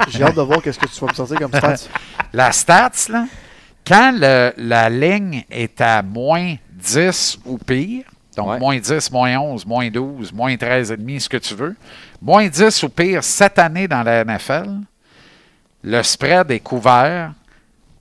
J'ai hâte de voir qu'est-ce que tu vas me sortir comme stats. La stats, là, quand le- la ligne est à moins 10 ou pire, donc Ouais. moins 10, moins 11, moins 12, moins 13,5, ce que tu veux, moins 10 ou pire cette année dans la NFL, le spread est couvert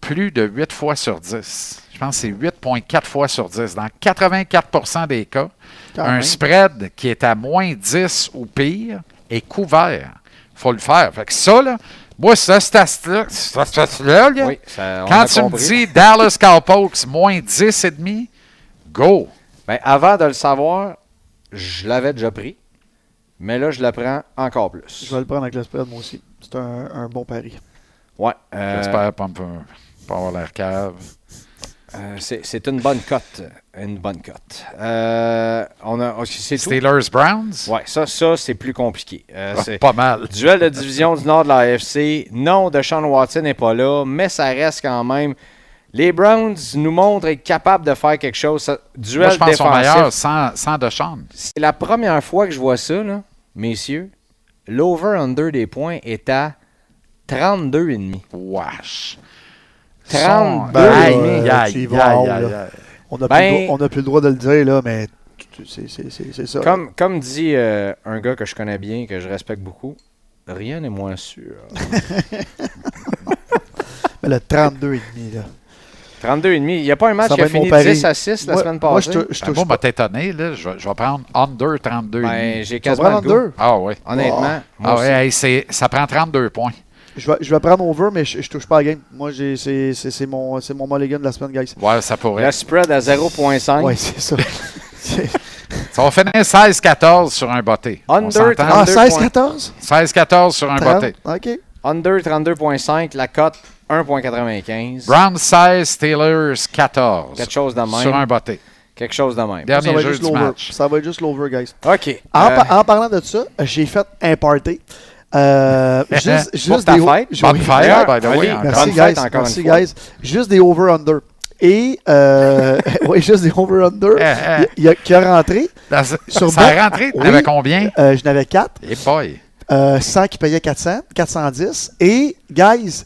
plus de 8 fois sur 10. Je pense que c'est 8,4 fois sur 10. Dans 84 des cas, Quand un même. spread qui est à moins 10 ou pire est couvert. faut le faire. Fait que ça, là, moi, ça, c'est à ce- là, c'est à ce- là, là, Oui, ça, on quand a tu compris. me dis Dallas Cowpokes moins 10,5, go! Ben, avant de le savoir, je l'avais déjà pris. Mais là, je l'apprends encore plus. Je vais le prendre avec le spread, moi aussi. C'est un, un bon pari. Ouais. euh, J'espère pas me faire- pas avoir l'air cave. euh, c'est c'est une bonne cote. Une bonne cote. Euh, on a. oh, C'est tout. Steelers-Browns? Ouais, ça, ça c'est plus compliqué. Euh, Ah, c'est- Pas mal. Duel de division du Nord de la AFC. Non, Deshaun Watson n'est pas là, mais ça reste quand même. Les Browns nous montrent être capables de faire quelque chose. Ça- Moi, Duel je pense qu'ils sont meilleurs défensif. sans, sans Deshaun. C'est la première fois que je vois ça, là, messieurs. L'over-under des points est à 32,5. Wesh. 32 Son- Ben, Aïe, et demi. aïe, aïe, euh, Tu y vas en haut, aïe, là. aïe, aïe. On n'a Ben- plus, le droit- on n'a plus le droit de le dire, là, mais tu- tu- c'est- c'est c'est- c'est ça. Comme, comme dit euh, un gars que je connais bien, que je respecte beaucoup, rien n'est moins sûr. Mais le 32,5, là. 32,5. Il n'y a pas un match Ça qui va a être mon fini pari. 10 à 6 la Moi- semaine Moi, passée. je te- je Ben, touche moi, pas. m'a t'étonné, là. Je vais, je vais prendre under 32. Ben, j'ai Tu vas quasiment le prendre goût. deux. ah ouais. Honnêtement, moi Ah aussi. ouais, hey, c'est- ça prend 32 points. Je vais, je vais prendre over, mais je, je touche pas à la game. Moi, j'ai- c'est c'est- c'est mon, c'est mon mulligan de la semaine, guys. Ouais, ça pourrait. Le spread à 0.5. Ouais, <laughs> c'est ça. C'est- Ça va finir 16-14 sur un botté. On Under s'entend? ah, 32 points. 16-14? 16-14 sur un 30? botté. OK. Under 32.5, la cote 1.95. Brown 16, Steelers 14. Quelque chose de même. Sur un botté. Quelque chose de même. Dernier Ça va être jeu juste du l'over. match. Ça va être juste l'over, guys. OK. En, Ah, euh, par- en parlant de ça, j'ai fait un party. <laughs> Euh, juste Pour juste ta des fête. j'ai- Bonne oui. fête. D'ailleurs, by the way, Oli, encore. Merci, bonne fête guys. encore Merci, une fois. guys. Juste des over-under. Et, <laughs> euh, <laughs> oui, juste des over-under. Eh, eh. Il y a, qui a rentré. Là, ça Ben, Sur ça Bot- a rentré. Oui. T'avais combien? Euh, je n'avais 4. Et boy. Euh, 100 qui payait 400, 410. Et, guys,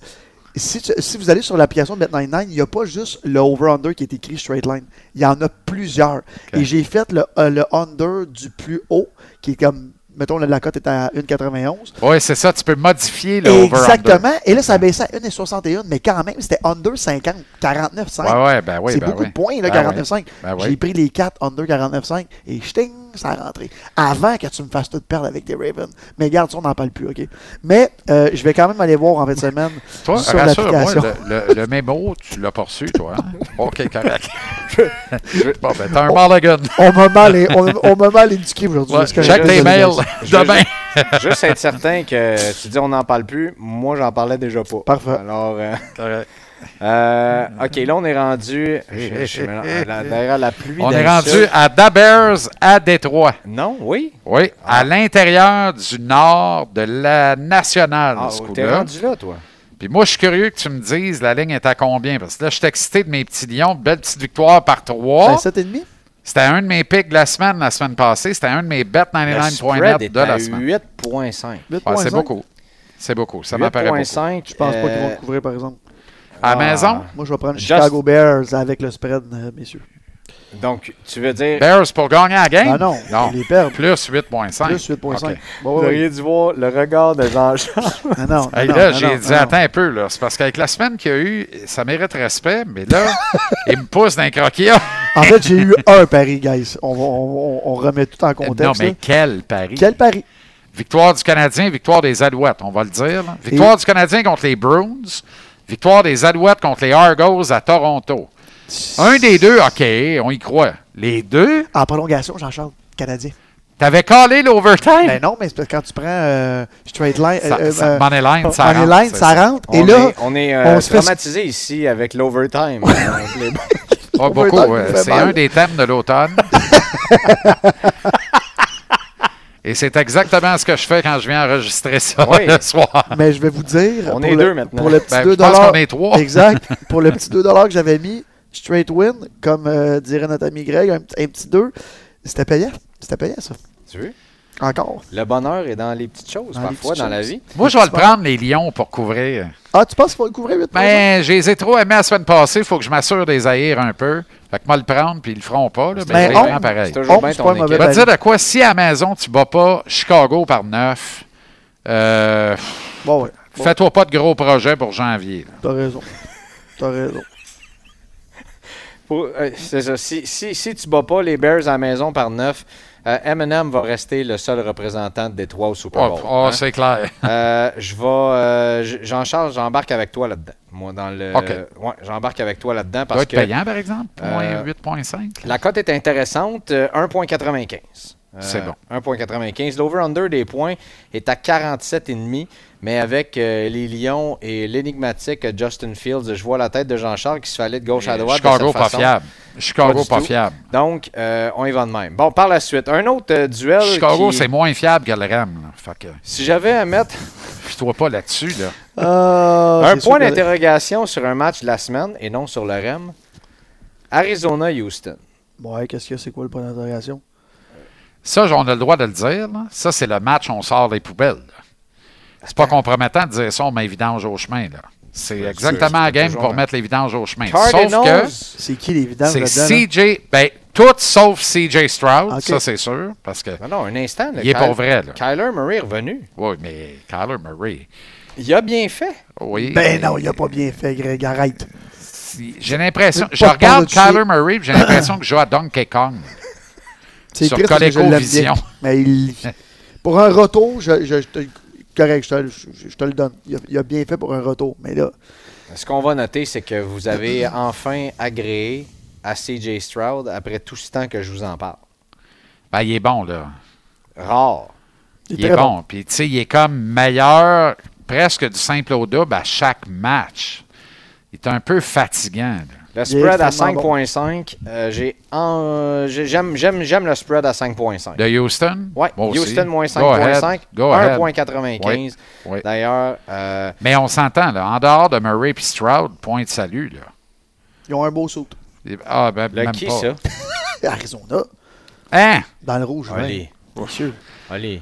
si, tu- si vous allez sur l'application de Bet99, il n'y a pas juste le over-under qui est écrit straight line. Il y en a plusieurs. Et j'ai fait le, euh, le under du plus haut, qui est comme, mettons, la- la cote est à 1,91. Oui, c'est ça. Tu peux modifier le over-under. Exactement. Et là, ça baissait à 1,61, mais quand même, c'était under 50, 49,5. Ouais, ouais, ben oui, c'est ben beaucoup oui. de points, Ben là, 49,5. oui. Ben oui. J'ai pris les 4 under 49,5 et ch'ting, ça a rentré. Avant que tu me fasses tout perdre avec tes Ravens. Mais garde ça, on n'en parle plus, OK? Mais euh, je vais quand même aller voir en fin de semaine <laughs> Toi, sur rassure-moi, l'application. le, le- le mémo, tu l'as pas reçu, toi. hein? OK, correct. bon, ben, t'as un Mulligan. On m'a mal, on, on m'a mal éduqué aujourd'hui. Ouais, c'est correct. check tes Désolé, mails guys. Je veux <laughs> demain. ju- Juste être certain que tu dis on n'en parle plus. Moi, j'en parlais déjà pas. Parfait. Alors, euh, Correct. euh, OK, là, on est rendu. je- je- la- la- Derrière la pluie. On est d'insultes. rendu à Dabbers à Détroit. Non, oui. Oui, à l'intérieur du nord de la nationale. Ah, ce coup-là. t'es rendu là, toi. Puis moi, je suis curieux que tu me dises la ligne est à combien. Parce que là, je suis excité de mes petits lions. Belle petite victoire par C'est un trois. 7,5? C'était un de mes pics de la semaine, la semaine passée. C'était un de mes bets Le 99.9 spread est de à la semaine. 8.5. Ouais, 8,5? c'est beaucoup. C'est beaucoup. Ça m'apparaît beaucoup. 8.5. Je pense pas qu'ils vont euh, le couvrir, par exemple. À Ah. maison, Moi, je vais prendre Just- Chicago Bears avec le spread, euh, messieurs. Donc, tu veux dire. Bears pour gagner la game? Ah non, ils les perdent. Plus 8,5. Plus 8,5. OK. Bon, Vous ouais, ouais. auriez dû voir le regard de Jean-Charles. Non, non, Hey, Ah non, là, non, j'ai non, dit, non. attends un peu, là. C'est parce qu'avec la semaine qu'il y a eu, ça mérite respect, mais <laughs> là, il me pousse d'un croquis. En fait, j'ai eu un pari, guys. On, va- on- on- on remet tout en contexte. non, mais là. quel pari. Quel pari? Victoire du Canadien, victoire des Alouettes, on va le dire. là. Victoire du Canadien contre les Bruins, victoire des Alouettes contre les Argos à Toronto. Un des deux, OK, on y croit. Les deux, En prolongation, Jean-Charles, Canadien. t'avais collé l'overtime. Ben non, mais c'est parce que quand tu prends euh, Straight Line, Ça- euh, ça- euh, Money Line, ça Money rentre, Line, c'est ça ça. rentre. on et là, est, on est euh, on se fait- traumatisé ici avec l'overtime. <laughs> Les- Ah, beaucoup, overtime, ouais. il fait c'est mal. un des thèmes de <laughs> l'automne. Et c'est exactement ce que je fais quand je viens enregistrer ça Oui. le soir. <laughs> mais je vais vous dire. On pour est le- deux maintenant. Pour le petit Ben, 2 je pense qu'on est trois. Exact. <laughs> Pour le petit 2 que j'avais mis, Straight Win, comme euh, dirait notre ami Greg, un, petit- un petit 2, c'était payant. C'était payant, ça. tu veux? Encore. Le bonheur est dans les petites choses, Dans les parfois, petites dans la choses. vie. Moi, je vais le prendre, les lions, pour couvrir. Ah, tu penses qu'il faut le couvrir 8 Ben, je les ai trop aimés la semaine passée. Il faut que je m'assure des haïr un peu. Fait que moi, le prendre, puis ils le feront pas. Là, mais Ben, je les on- prends pareil. C'est toujours Oh, bien c'est pas ton un mauvais Je équipe. vais te Ben, dire de quoi, si à la maison, tu bats pas Chicago par 9, Bon, ouais. Bon, fais-toi pas de gros projets pour janvier. là. <laughs> T'as raison. T'as raison. pour- euh, c'est ça. Si, si, si tu bats pas les Bears à la maison par 9, Eminem va rester le seul représentant de Détroit au Super Oh, Bowl. oh, hein. c'est clair. Euh, je vais. euh, j- j'en charge, j'embarque avec toi là-dedans. Moi, dans le. OK. Ouais, j'embarque avec toi là-dedans Ça doit parce être que payant, par exemple. Euh, 8.5. la cote est intéressante. euh, 1,95. Euh, C'est bon. 1,95. L'over-under des points est à 47,5. Mais avec euh, les Lions et l'énigmatique Justin Fields, je vois la tête de Jean-Charles qui se fait aller de gauche à droite. de Chicago, cette pas façon. fiable. Pas Chicago, du pas tout. fiable. Donc, euh, on y va de même. Bon, par la suite, un autre euh, duel. Chicago, qui- c'est moins fiable que le Ram. là. Fait que, Si j'avais à mettre fie-toi pas là-dessus, là. Ah, un c'est sûr point que- d'interrogation sur un match de la semaine et non sur le REM, Arizona-Houston. Ouais, qu'est-ce que c'est quoi le point d'interrogation? Ça, j- on a le droit de le dire. là. Ça, c'est le match, on sort les poubelles. là. C'est pas compromettant de dire ça, on met les vidanges au chemin. là. C'est Bien sûr, exactement c'est la game toujours pour un- mettre les vidanges au chemin. Sauf que Cardinals, C'est qui les vidanges c'est là-dedans? là? CJ. Ben, tout sauf CJ Stroud, Ok. ça, c'est sûr. Parce que. non, non, un instant. là, Il est Kyle- pour vrai, là. Kyler Murray est revenu. Oui, mais Kyler Murray. Il a bien fait. Oui. Ben non, il a pas bien fait, Greg, arrête. Si- J'ai l'impression. Pas Je regarde par-dessus. Kyler Murray, puis j'ai <coughs> l'impression que je joue à Donkey Kong. C'est Sur triste parce que je l'aime bien, ColecoVision. Mais il... <laughs> pour un retour, je, je- je te... correct, je te, je- je te le donne. Il a, il a bien fait pour un retour, mais là, Ce qu'on va noter, c'est que vous avez enfin agréé à CJ Stroud après tout ce temps que je vous en parle. Ben, il est bon, là. Rare. il Il, est est très bon. bon. Puis, tu sais, il est comme meilleur presque du simple au double à chaque match. Il est un peu fatigant. là. Le Il est spread à extrêmement 5.5. euh, j'ai en- j'ai- J'aime j'aime- j'aime le spread à 5.5. De Houston? Ouais, Moi aussi. Houston moins Go ahead. 5.5. Go ahead. 1.95. Ouais, ouais. D'ailleurs, euh, Mais on s'entend, là. En dehors de Murray et Stroud, point de salut, là. Ils ont un beau saut. Ah, ben, le même qui, pas. ça? Arizona, Hein? dans le rouge, ouais. Allez. Monsieur, Allez.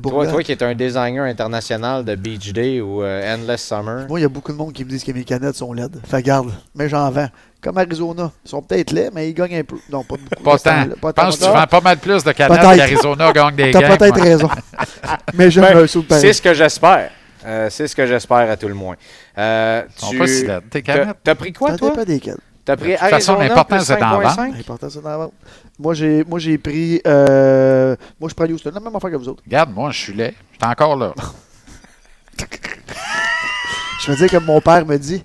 Toi, Bourgogne. toi qui es un designer international de Beach Day ou euh, Endless Summer, Moi, il y a beaucoup de monde qui me disent que mes canettes sont laides. Fait garde, mais j'en vends. Comme Arizona. Ils sont peut-être laids, mais ils gagnent un peu. Non, pas beaucoup. Pas Là, c'est tant. un- Je pas pense que tu pas vends pas mal plus de Peut-être. Canadiens qu'Arizona gagne des games. T'as peut-être moi. raison. mais j'aime Ben, un saut pareil. c'est ce que j'espère. Euh, c'est ce que j'espère à tout le moins. Euh, Ils sont tu pas si laides, tes t'as- canettes. T'as pris quoi, Ça toi? dépend desquels. T'as pris De toute façon, Arizona l'important, plus c'est d'en vendre. 5.5? L'important, c'est dans la vente. Moi, j'ai, moi, j'ai pris. euh, moi, je prends Houston, la même affaire que vous autres. Regarde, moi, je suis laid. J'étais encore là. Je veux dire, comme mon père me dit,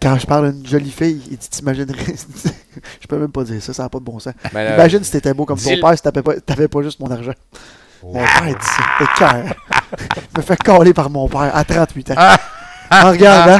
quand je parle à une jolie fille, il dit T'imaginerais. <laughs> je peux même pas dire ça, ça n'a pas de bon sens. Ben, euh, Imagine si t'étais beau comme ton dis-le. père, si t'avais pas, t'avais pas juste mon argent. Mon père, il dit ça. T'es cœur. Je me fais caler par mon père à 38 ans. Ah! en regardant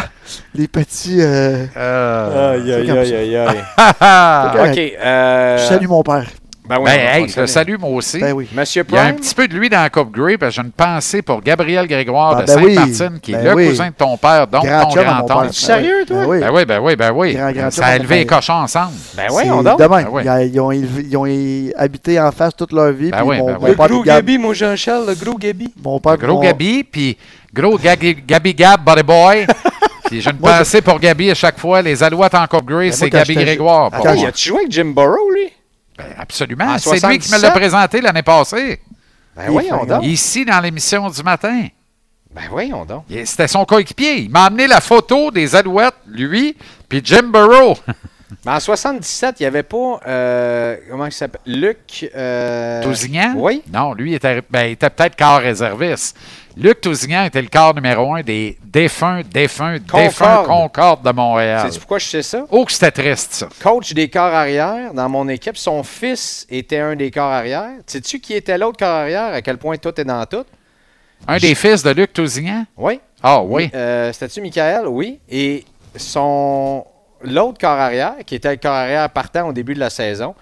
les petits. euh, Euh, Aïe, aïe, aïe, aïe, <laughs> aïe. ah. correct. OK. Euh, Je salue mon père. Ben, oui, on Ben, va hey, je continuer. le salue, moi aussi. Ben oui. Monsieur Il y a un Prime, petit peu de lui dans la Coupe Grey, parce que j'ai une pensée pour Gabriel Grégoire Ah, de ben oui. Sainte-Martine, qui est Ben le oui. cousin de ton père, donc grand ton chum à mon père. grand-oncle. Sérieux, toi? Ben oui. Ben oui, ben oui, ben oui. Grand, grand ça a chum, élevé mon les père. cochons ensemble. ben C'est oui, on dort. de même. Ah ouais. Ils a- ils, ont, élevé- ils ont é- habité en face toute leur vie. Ben puis ouais, mon, ben mon ouais. Le père, puis Gab- mon Jean-Charles, le gros Gabi. mon père, puis Gros mon- Gabi, puis gros Gabi, Gabi Gab, Body <laughs> Boy. puis j'ai une Moi, Ben, pensée pour Gabi à chaque fois. Les Alouettes en Coupe Grey, c'est quand Gabi j'étais- Grégoire. pour Attends, Attends, moi. il a-tu joué avec Jim Burrow, lui? Ben, absolument. En C'est lui qui me l'a 77? présenté l'année passée, Ben Il oui, est on fin, dort. ici dans l'émission du matin. Ben oui, on dort. Il- C'était son coéquipier. Il m'a amené la photo des Alouettes, lui, puis Jim Burrow. Mais en 77, il n'y avait pas. euh, comment il s'appelle Luc. Euh, Tousignan? Oui. Non, lui, il était, ben, il était peut-être corps réserviste. Luc Tousignan était le corps numéro un des défunts, défunts, défunts Concorde. Concorde de Montréal. Sais-tu pourquoi je sais ça Oh, que c'était triste, ça. Coach des corps arrière dans mon équipe, son fils était un des corps arrière. Sais-tu qui était l'autre corps arrière À quel point tout est dans tout Un des fils de Luc Tousignan? Oui. Ah oui. Euh, C'était-tu Michael Oui. Et son. L'autre corps arrière, qui était le corps arrière partant au début de la saison,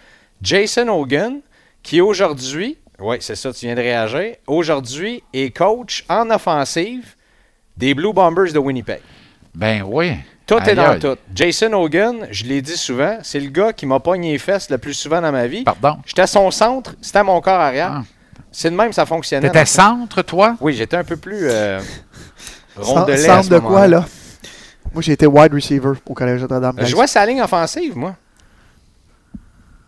Jason Hogan, qui aujourd'hui. Oui, c'est ça, tu viens de réagir. Aujourd'hui est coach en offensive des Blue Bombers de Winnipeg. Ben oui. Tout est Aïe, dans aïe. tout. Jason Hogan, je l'ai dit souvent, c'est le gars qui m'a pogné les fesses le plus souvent dans ma vie. Pardon. J'étais à son centre, c'était à mon corps Ah. arrière. C'est de même, ça fonctionnait. T'étais centre, toi? Oui, j'étais un peu plus <laughs> euh, Centre rondelet à centre ce de quoi, moment-là. là Ben, Moi, j'ai été wide receiver au Collège Notre-Dame. Je vois sa ligne offensive, moi.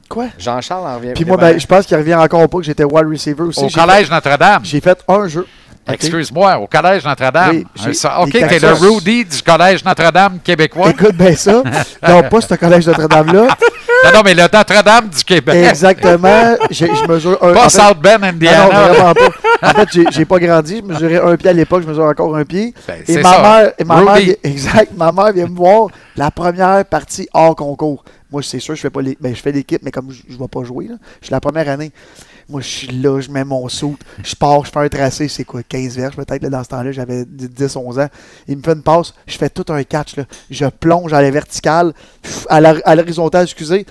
Quoi Jean-Charles en revient. ben, Puis moi, ben, je pense qu'il revient encore pas que j'étais wide receiver aussi. Au J'ai Collège Notre-Dame. fait- J'ai fait un jeu. OK? Excuse-moi, au Collège Notre-Dame. Oui, j'ai- Un so- OK, les t'es le Texas. Rudy du Collège Notre-Dame québécois. Écoute bien ça. Non, pas ce collège Notre-Dame-là. Non, non, mais le Notre-Dame du Québec. Exactement. J'ai- Je mesure un. Pas en fait- South Bend, Indiana. Ah non, vraiment pas. En fait, j'ai- j'ai pas grandi. Je mesurais un pied à l'époque, je mesure encore un pied. Ben, et c'est ma ça. mère, et ma mère Rudy. vi- <laughs> exact, ma mère vient me voir la première partie hors concours. Moi, c'est sûr, je fais pas les, ben, je fais l'équipe, mais comme je, je vais pas jouer, là, je suis la première année. Moi, je suis là, je mets mon saut, je pars, je fais un tracé, c'est quoi, 15 verges peut-être, là, dans ce temps-là, j'avais 10-11 ans. Il me fait une passe, je fais tout un catch, là. je plonge à la verticale, pff, à la- à l'horizontale, excusez,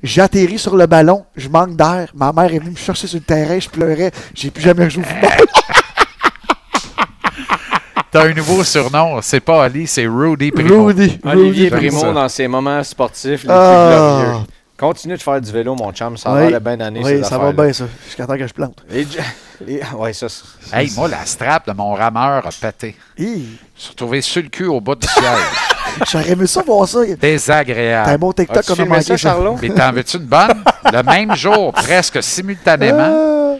J'atterris sur le ballon, je manque d'air. Ma mère est venue me chercher sur le terrain, je pleurais. J'ai plus jamais joué au football. T'as un nouveau surnom. C'est pas Ali, c'est Rudy Primo. Rudy. Olivier Rudy. j'aime Primo ça. dans ses moments sportifs les Ah. plus glorieux. Continue de faire du vélo, mon chum. Ça Oui. va bien d'année. Oui, ça va bien, ça. Jusqu'à temps que je plante. ah, Ouais, ça. c'est- Hey, moi, la strap de mon rameur a pété. Hi, Je suis retrouvé sur le cul au bout du <laughs> siège. J'aurais aimé ça voir ça. T'as un Désagréable. bon TikTok Ah. As-tu comme filmé ça, manqué ça. Charlot? Mais t'en veux-tu une bonne? Le même jour, presque simultanément, Euh,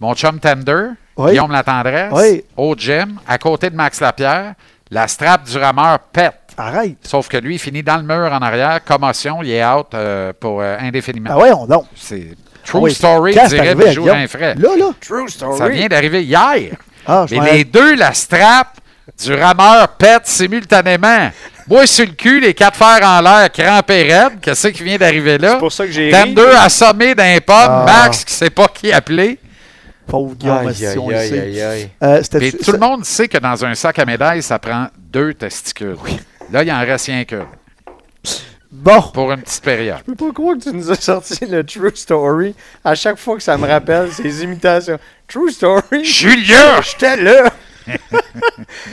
mon chum Tender, Oui. Guillaume Latendresse, Oui. au gym, à côté de Max Lapierre, la strap du rameur pète. Arrête. Sauf que lui, il finit dans le mur en arrière, commotion, il est out euh, pour euh, indéfiniment. Ah ouais, on donc. C'est true Oui. story, Quand c'est dirait arrivé à Bijou Guillaume? Rinfray. Là, là. True story. Ça vient d'arriver hier. Ah, je Mais m'en- les deux, la strap du rameur pète simultanément. Moi, sur le cul, les quatre fers en l'air, crampé raide. Qu'est-ce qui vient d'arriver là? C'est pour ça que j'ai ri. Dame 2 assommé d'un pomme. Ah. Max, qui sait pas qui appeler. Pauvre Guillaume, Aïe, si on aïe, le aïe, sait. aïe, aïe. Euh, c'était- Puis tout le monde sait que dans un sac à médailles, ça prend deux testicules. Là, il en reste rien que Bon. pour une <laughs> petite période. Je peux pas croire que tu nous as sorti le True Story. À chaque fois que ça me rappelle ces imitations. True Story. Julien! J'étais là.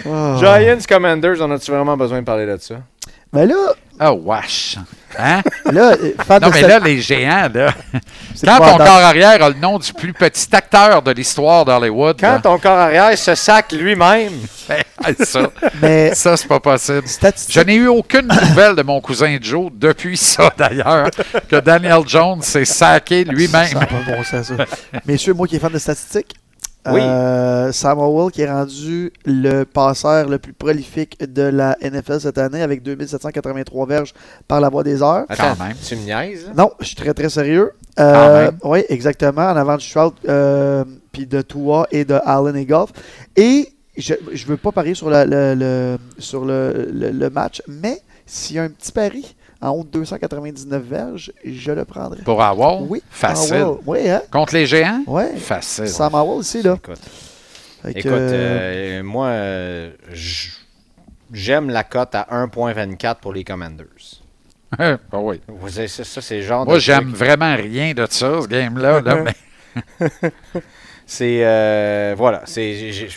Ah. Giants Commanders, on a-tu vraiment besoin de parler de ça? Mais là, Oh, wesh! <laughs> Hein? là, euh, fan Non, de mais cette- là, les géants, là. c'est Quand ton épouvantable. corps arrière a le nom du plus petit acteur de l'histoire d'Hollywood, Quand là, ton corps arrière se sac lui-même. ben, <laughs> ça, Mais ça c'est pas possible. statistique- Je n'ai eu aucune nouvelle de mon cousin Joe depuis ça, d'ailleurs, que Daniel Jones s'est saqué Ça lui-même. n'a pas de <laughs> bon sens, ça. Messieurs, moi qui est fan de statistiques, Oui. euh, Sam Howell qui est rendu le passeur le plus prolifique de la NFL cette année avec 2783 verges par la voie des heures. Attends, même. tu me niaises? hein? là? Non, je suis très très sérieux. Euh, Quand même. oui, exactement, en avant de Stroud, euh, puis de Tua et de Allen et Goff. Et je ne veux pas parier sur, la- le, le- sur le, le- le match, mais s'il y a un petit pari en haut de 299 verges, je le prendrai. Pour avoir, Oui, facile. Howell. Oui, hein? Contre les géants, Ouais. facile. <laughs> Sam Howell aussi, là. Écoute, Fait que, écoute euh, euh, moi, euh, j- j'aime la cote à 1.24 pour les Commanders. Ah oui. Vous savez, Ça, ça, c'est le genre Moi, de truc- j'aime vraiment rien de ça, ce game-là. là, mais C'est. euh, voilà. c'est- j'ai- j'ai-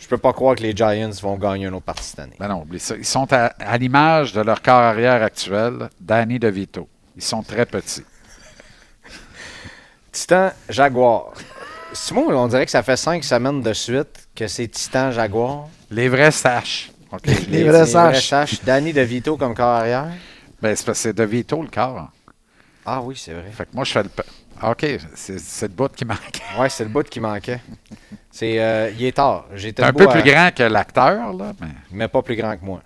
Je peux pas croire que les Giants vont gagner une autre partie cette année. Ben non, oublie ça. Ils sont à, à l'image de leur corps arrière actuel, Danny DeVito. Ils sont très petits. Titan Jaguar. C'est moi, on dirait que ça fait cinq semaines de suite que c'est Titan Jaguar. Les vrais saches. <laughs> OK. Les vrais sages. sages. Danny DeVito comme corps arrière. Ben, c'est parce que c'est DeVito le corps. Ah oui, c'est vrai. Fait que moi, je fais le. pe- OK, c'est c'est le bout qui manque. Ouais, c'est le bout qui manquait. C'est, euh, il est tard. J'étais C'est un debout peu à- plus grand que l'acteur, là. Mais... mais pas plus grand que moi.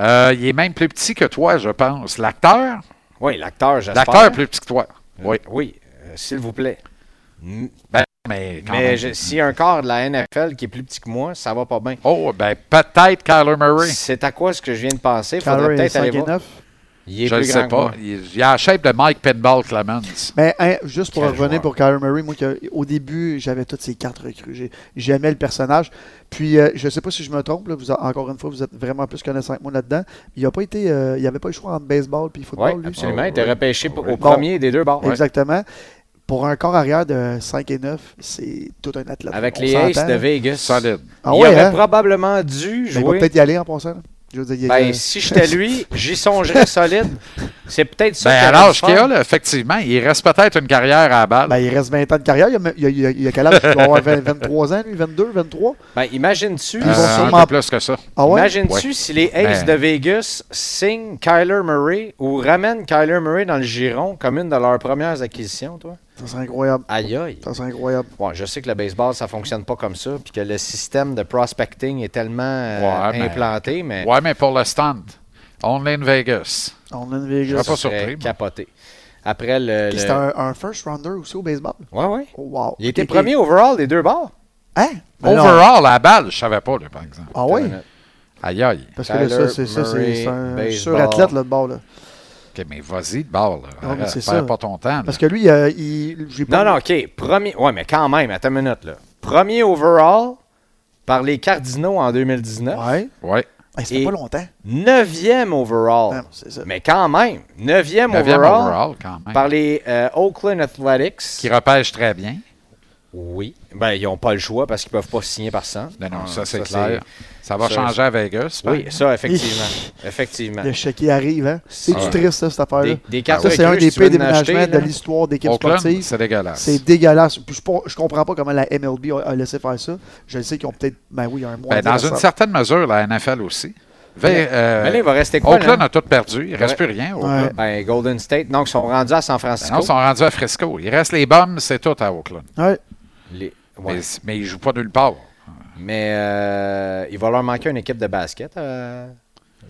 Euh, il est même plus petit que toi, je pense. L'acteur? Oui, l'acteur, j'espère. L'acteur est plus petit que toi. Oui. Oui, euh, s'il vous plaît. M- Ben, mais quand Mais même. je- s'il y a un corps de la NFL qui est plus petit que moi, ça va pas bien. Oh, ben peut-être Kyler Murray. C'est à quoi ce que je viens de penser. Faudrait Kyler est peut-être 5 aller et voir. 9. Il est Je ne plus sais grand que pas. moi. Il, il a la shape de Mike Pinball Clemens. Mais hein, juste pour Quel revenir joueur. pour Kyler Murray, moi, que- au début, j'avais toutes ces cartes recrues. J'ai- J'aimais le personnage. Puis, euh, je sais pas si je me trompe, là, vous, a- encore une fois, vous êtes vraiment plus connaissant que moi là-dedans. Il n'avait pas été, euh, il avait pas eu le choix entre baseball et Oui, football, lui. absolument. Oh, Il était oui. repêché Oh, p- oui. au premier des deux bords. Exactement. Pour un corps arrière de 5 et 9, c'est tout un athlète. Avec On les s'entend, Aces de là. Vegas. Solide. Ah il ouais, aurait hein? probablement dû Ben, il va jouer. peut-être y aller en passant. là. Je veux dire, il y a- Ben, si j'étais lui, j'y songerais solide. C'est peut-être ça. Ben, qui à aurait dû l'âge qu'il a, faire. là, effectivement, il reste peut-être une carrière à la balle. Ben, il reste 20 ans de carrière. Il y a, même- il y a, il y a- il y a quel âge? Il doit avoir 20 23 ans, lui, 22, 23? Ben, imagines-tu ils vont Euh, sûrement- Un peu plus que ça. Ah ouais? Imagines-tu si les Aces Ben- de Vegas signent Kyler Murray ou ramènent Kyler Murray dans le giron comme une de leurs premières acquisitions, toi? Ça serait incroyable. Aïe aïe. Ça serait incroyable. Ouais, je sais que le baseball, ça fonctionne pas comme ça, puis que le système de prospecting est tellement euh, Ouais, mais- implanté, mais Ouais, mais pour le stand, Only in Vegas. On a une Je Vegas. serais pas ça serait surpris, moi. capoté. Après le... Puis le- C'était un, un first rounder aussi au baseball. Ouais, ouais. Oh, wow. Il était Et- premier overall des deux bords. Hein? Ben non. Overall, à la balle, je savais pas, là, par exemple. Ah oui? Aïe, aïe. Parce que là, ça, Kyler c'est ça, c'est- c'est un Murray, surathlète, baseball. là, de bord, là. OK, mais vas-y de bord, là. Non, mais Arrête, c'est Perds ça. pas ton temps. là. Parce que lui, euh, il. j'ai Non, pas- non, OK. Premier... Ouais, mais quand même, attends une minute, là. Premier overall par les Cardinals en 2019. Ouais. Ouais. Hey, C'était Et- pas longtemps. Neuvième overall. Non, c'est ça. Mais quand même, neuvième Neuvième overall, overall, quand même. par les euh, Oakland Athletics. Qui repêche très bien. Oui. Ben, ils n'ont pas le choix parce qu'ils peuvent pas signer par 100. Ben Non, non, Ah, ça, c'est clair. Ça va ça, changer à Vegas. hein? c'est- Oui, par- ça, effectivement. <laughs> effectivement. Le chèque qui arrive, hein. C'est Ah du ouais. triste, ça, cette affaire-là. Des, des cartes Ça, c'est un recrues, des si tu veux pires en acheter, déménagements de là. l'histoire d'équipe Oakland, sportive. c'est dégueulasse. Ben, C'est dégueulasse. Puis je, pas- je comprends pas comment la MLB a, a laissé faire ça. Je le sais qu'ils ont peut-être. Ben oui, il y a un mois. Ben, dans une certaine mesure, la NFL aussi. Ve- euh, Mais là, il va rester quoi, Oakland là? a tout perdu. Il ne reste Ouais. plus rien. Oakland. Ouais. Ben, Golden State, donc, ils sont rendus à San Ben Francisco. non, ils sont rendus à Frisco. Il reste les bombes, c'est tout à Oakland. Ouais. Les- ouais. Mais, mais ils ne jouent pas nulle part. Mais euh, il va leur manquer une équipe de basket à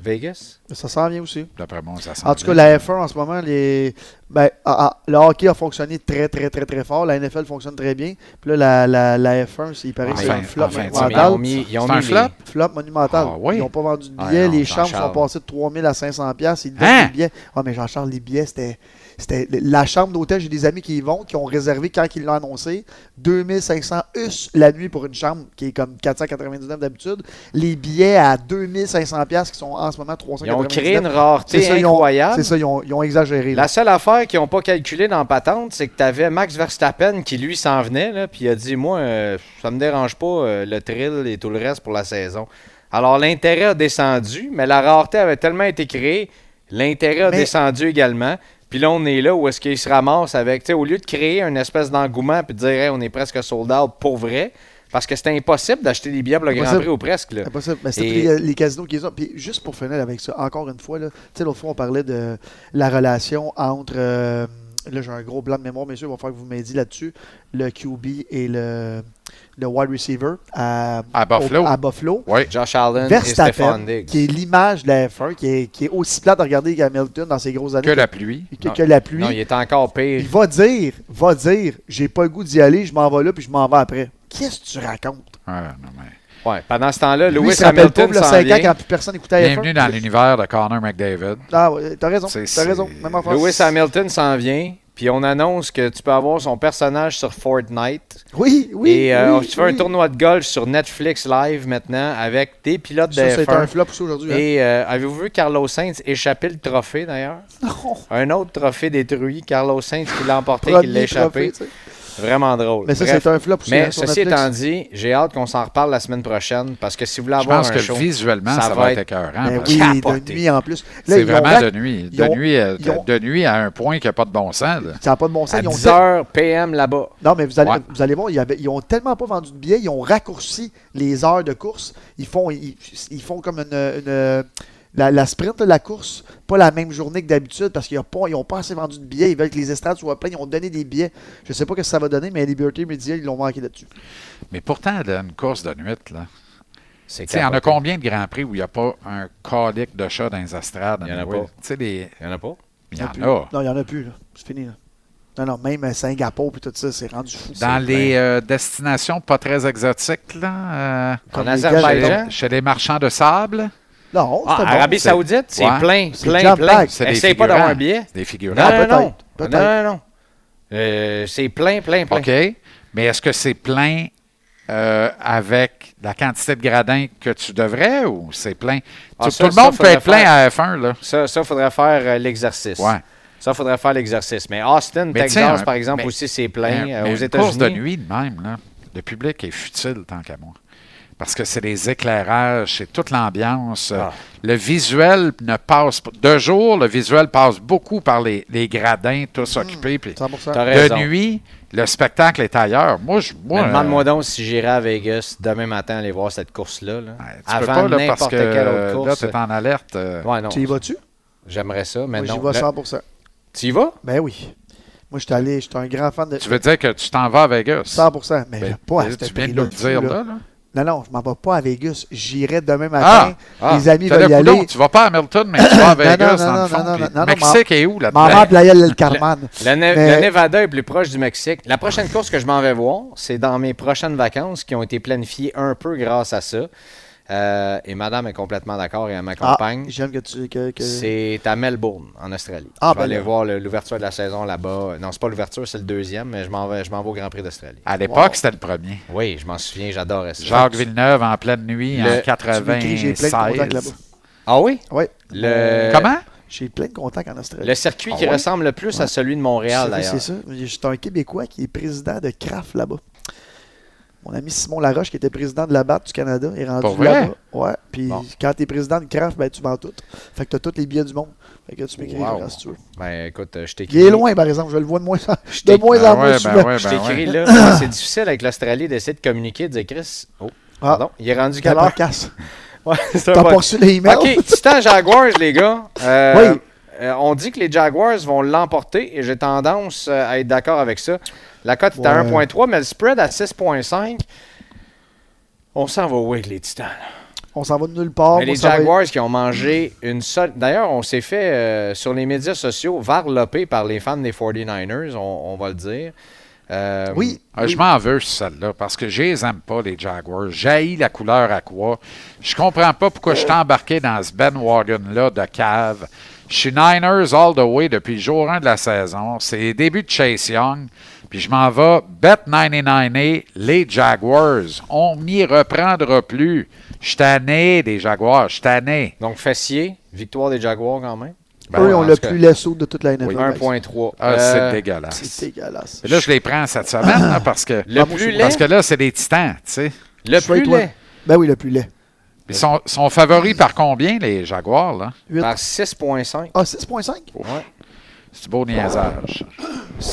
Vegas. Ça s'en vient aussi. D'après moi, ça semble. En tout cas, la F1 en ce moment, les... ben, ah, ah, le hockey a fonctionné très, très, très, très fort. La NFL fonctionne très bien. Puis là, la, la, la F1, c'est- il paraît que c'est Enfin, un flop enfin, Ouais, mais ils ont monumental. mis, ils ont C'est un mis flop? les- Flop monumental. Ah oui? Ils n'ont pas vendu de Ah billets. non, les chambres sont Jean-Charles. passées de 3000 à 500 pièces. Ils donnent Hein? des billets. Ah, mais Jean-Charles, les billets, c'était, c'était la chambre d'hôtel. J'ai des amis qui y vont, qui ont réservé quand ils l'ont annoncé. 2500 US la nuit pour une chambre qui est comme 499 d'habitude. Les billets à 2500 pièces qui sont en ce moment 399. Ils ont créé une C'est rareté ça, ils ont- incroyable. C'est ça, ils ont, ils ont exagéré. là. La seule affaire qu'ils n'ont pas calculé dans Patente, c'est que tu avais Max Verstappen qui, lui, s'en venait, là, puis il a dit Moi, euh, ça me dérange pas euh, le thrill et tout le reste pour la saison. Alors, l'intérêt a descendu, mais la rareté avait tellement été créée, l'intérêt a Mais- descendu également. Puis là, on est là où est-ce qu'ils se ramassent avec, tu sais, au lieu de créer une espèce d'engouement puis de dire Hey, on est presque sold out pour vrai, parce que c'était impossible d'acheter des billets pour le Grand Impossible. Prix ou presque. Là. C'est Impossible. Mais c'est Et- tous les, les casinos qui les ont. Puis juste pour finir avec ça, encore une fois, là, tu sais, l'autre fois, on parlait de la relation entre. euh, là, j'ai un gros blanc de mémoire, messieurs, il va falloir que vous m'aidiez là-dessus. Le QB et le, le wide receiver à, À Buffalo. au- à Buffalo. Oui. Josh Allen et Stephon Verstappen, Diggs. qui est l'image de la F1, qui est, qui est aussi plate à regarder qu'Hamilton dans ses grosses Que années la pluie. que, que la pluie. Non, il est encore pire. Il va dire, va dire, j'ai pas le goût d'y aller, je m'en vais là, puis je m'en vais après. Qu'est-ce que tu racontes? Ah, non, mais- Ouais, pendant ce temps-là, Lui, il Lewis se rappelle pas, Hamilton le s'en 5 ans, vient. quand plus personne écoutait la F1. Bienvenue dans l'univers de Connor McDavid. Ah, ouais, t'as raison, C'est- t'as raison. c'est- Même enfant. Lewis Hamilton s'en vient, puis on annonce que tu peux avoir son personnage sur Fortnite. Oui, oui. et euh, oui, tu fais un oui. tournoi de golf sur Netflix Live maintenant avec des pilotes de Ça, c'est un F1. flop aussi aujourd'hui. hein. <laughs> Et euh, avez-vous vu Carlos Sainz échapper le trophée d'ailleurs? Non. Un autre trophée détruit, Carlos Sainz qui l'a emporté, qui Premier l'a échappé. trophée, tu sais. Vraiment drôle. Mais ça, Bref. c'est un flop aussi. Mais hein, sur ceci Netflix. étant dit, j'ai hâte qu'on s'en reparle la semaine prochaine parce que si vous voulez Je avoir pense un que show, visuellement, ça ça, va va être être- écœurant. Ben parce que oui, capoté. de nuit en plus. Là, C'est ils ont vraiment rac- de nuit. ils De ont- nuit, euh, ils ont- de nuit à un point qui n'a pas de bon sens. là. Ça n'a pas de bon sens. à Ils ont 10h PM là-bas. Non, mais vous allez, Ouais. vous allez voir, il y avait- ils, ont tellement pas vendu de billets, ils ont raccourci les heures de course. Ils font, ils, ils font comme une. une- la, la sprint, là, la course, pas la même journée que d'habitude parce qu'ils n'ont pas, ils ont pas assez vendu de billets. Ils veulent que les estrades soient pleines. Ils ont donné des billets. Je sais pas ce que ça va donner, mais Liberty Media, ils l'ont manqué là-dessus. Mais pourtant, là, une course de nuit, là. C'est Tu sais, Il y en a capoté. combien de Grands Prix où il n'y a pas un calique de chat dans les astrades? Il y en a anyway? pas. Tu sais, les- Il y en a pas? Il y en plus. a. Non, il n'y en a plus. là. C'est fini. Là. Non, non, même euh, Singapour puis tout ça, c'est rendu fou. Dans C'est les euh, destinations pas très exotiques, là, euh, En Comme les chez, Des Azerbaïdjan? les, chez les marchands de sable, Non, Ah, c'était bon. Arabie c'est- Saoudite, c'est Ouais. plein, C'est plein, jam plein. pack. C'est des Essaye pas d'avoir un figurants. billet. des figurants. Non, non, peut-être, non. peut-être. Non, non, non. Euh, c'est plein, plein, plein. OK. Mais est-ce que c'est plein euh, avec la quantité de gradins que tu devrais ou c'est plein? Ah, tout, ça, tout le monde ça, peut être faudrait plein à F1, là. Ça, ça faudrait faire euh, l'exercice. Ouais. Ça, faudrait faire l'exercice. Mais Austin, Mais Texas, tiens, un- par exemple, mais- aussi, c'est plein. Mais- Euh, mais aux une course de États-Unis. nuit, de même, là, le public est futile tant qu'à moi. Parce que c'est les éclairages, c'est toute l'ambiance. Ah. Le visuel ne passe pas. De jour, le visuel passe beaucoup par les, les gradins Hmm. tous occupés. puis 100%. T'as hein. de raison. nuit, le spectacle est ailleurs. Moi, je. Mais Moi, euh, Demande-moi donc si j'irai à Vegas demain matin aller voir cette course-là. là. ouais, ben, tu peux avant pas, là, parce n'importe que quelle euh, autre là, course. tu es en alerte. euh, Ouais, non. Tu y vas-tu? J'aimerais ça, mais Moi, j'y non. vais Là- 100%. Tu y vas? Ben oui. Moi, je suis allé, j'étais un grand fan de Tu veux dire que tu t'en vas à Vegas? 100%, mais Ben, pas à tu ce viens de nous prix-là. le dire là. là. Non, non, je m'en vais pas à Vegas. J'irai demain matin. Ah, Les amis t'as veulent y le coudon, aller. tu vas pas à Hamilton, mais tu vas à Vegas <coughs> non, dans non, le fond. non, non, puis non, non, Mexique est où là-dedans? Maman de la gueule, El Carman. Le, Ne- Mais- le Nevada est plus proche du Mexique. La prochaine course que je m'en vais voir, c'est dans mes prochaines vacances qui ont été planifiées un peu grâce à ça. Euh, et madame est complètement d'accord et elle Ah, m'accompagne. j'aime que tu. Que, que- C'est à Melbourne, en Australie. je Ah, vais ben aller là. voir le- l'ouverture de la saison là-bas. Non, c'est pas l'ouverture, c'est le deuxième, mais je m'en vais, je m'en vais au Grand Prix d'Australie. À l'époque, c'était le premier. Oui, je m'en souviens, j'adorais ça. Jacques Villeneuve en pleine nuit Le- en Tu m'écris, j'ai plein de contacts 96. là-bas. Ah oui? Ouais. Euh, Le, Comment? J'ai plein de contacts en Australie. le circuit Ah qui ouais? ressemble le plus à celui de Montréal, C'est- d'ailleurs. C'est ça. J'étais un Québécois qui est président de CRAF là-bas. Mon ami Simon Laroche, qui était président de la BAT du Canada, est Pour rendu vrai? là-bas. Ouais. Puis Bon. quand t'es président de CRAF, ben, tu vends tout. Fait que t'as tous les billets du monde. Fait que tu m'écris Wow. quand tu veux. Ben écoute, euh, je Il t'écris. est loin, par exemple. Je le vois de moins en de t'ai- moins. Ben en moins ouais, souvent. ben ouais, Je ben t'écris ouais. là. <coughs> Ouais, c'est difficile avec l'l'Australie d'essayer de communiquer, de dire Chris. Oh, Ah. pardon. Il est rendu Quelle quelle heure? <laughs> casse. Ouais, <laughs> c'est un T'as bon- pas reçu les emails? OK, Titan Jaguars, les gars. Euh, Oui. euh, on dit que les Jaguars vont l'emporter et j'ai tendance euh, à être d'accord avec ça. La cote est à Ouais. 1.3, mais le spread à 6.5. On s'en va où avec les Titans? là? On s'en va de nulle part. Mais Ah, Moi, les ça va être- Jaguars qui ont mangé une seule. D'ailleurs, on s'est fait euh, sur les médias sociaux varloper par les fans des 49ers, on, on va le dire. Euh, Oui. Ah, je m'en veux, celle-là, parce que je les aime pas, les Jaguars. J'haïs la couleur aqua. Je comprends pas pourquoi je suis embarqué dans ce Ben Wagon-là de cave. Je suis Niners all the way depuis le jour 1 de la saison. C'est les débuts de Chase Young. Puis je m'en vais, bet 99A, les Jaguars. On m'y reprendra plus. Je suis tanné des Jaguars. Je suis tanné. Donc, Fessier, victoire des Jaguars quand même. ben, Ben, Eux, on en le tout cas, plus laissé de toute la NFL. par exemple. 1.3. Ah, Euh, c'est dégueulasse. C'est dégueulasse. Et Là, je les prends cette semaine, là, parce que, Le Ah, moi, plus je- laid, parce que là, c'est des titans, tu sais. le Je vais plus être loin. laid, Ben oui, le plus laid. Ils sont, sont favoris par combien, les Jaguars, là? Huit. par 6.5. Ah, 6.5? Ouais, C'est du beau niaisage.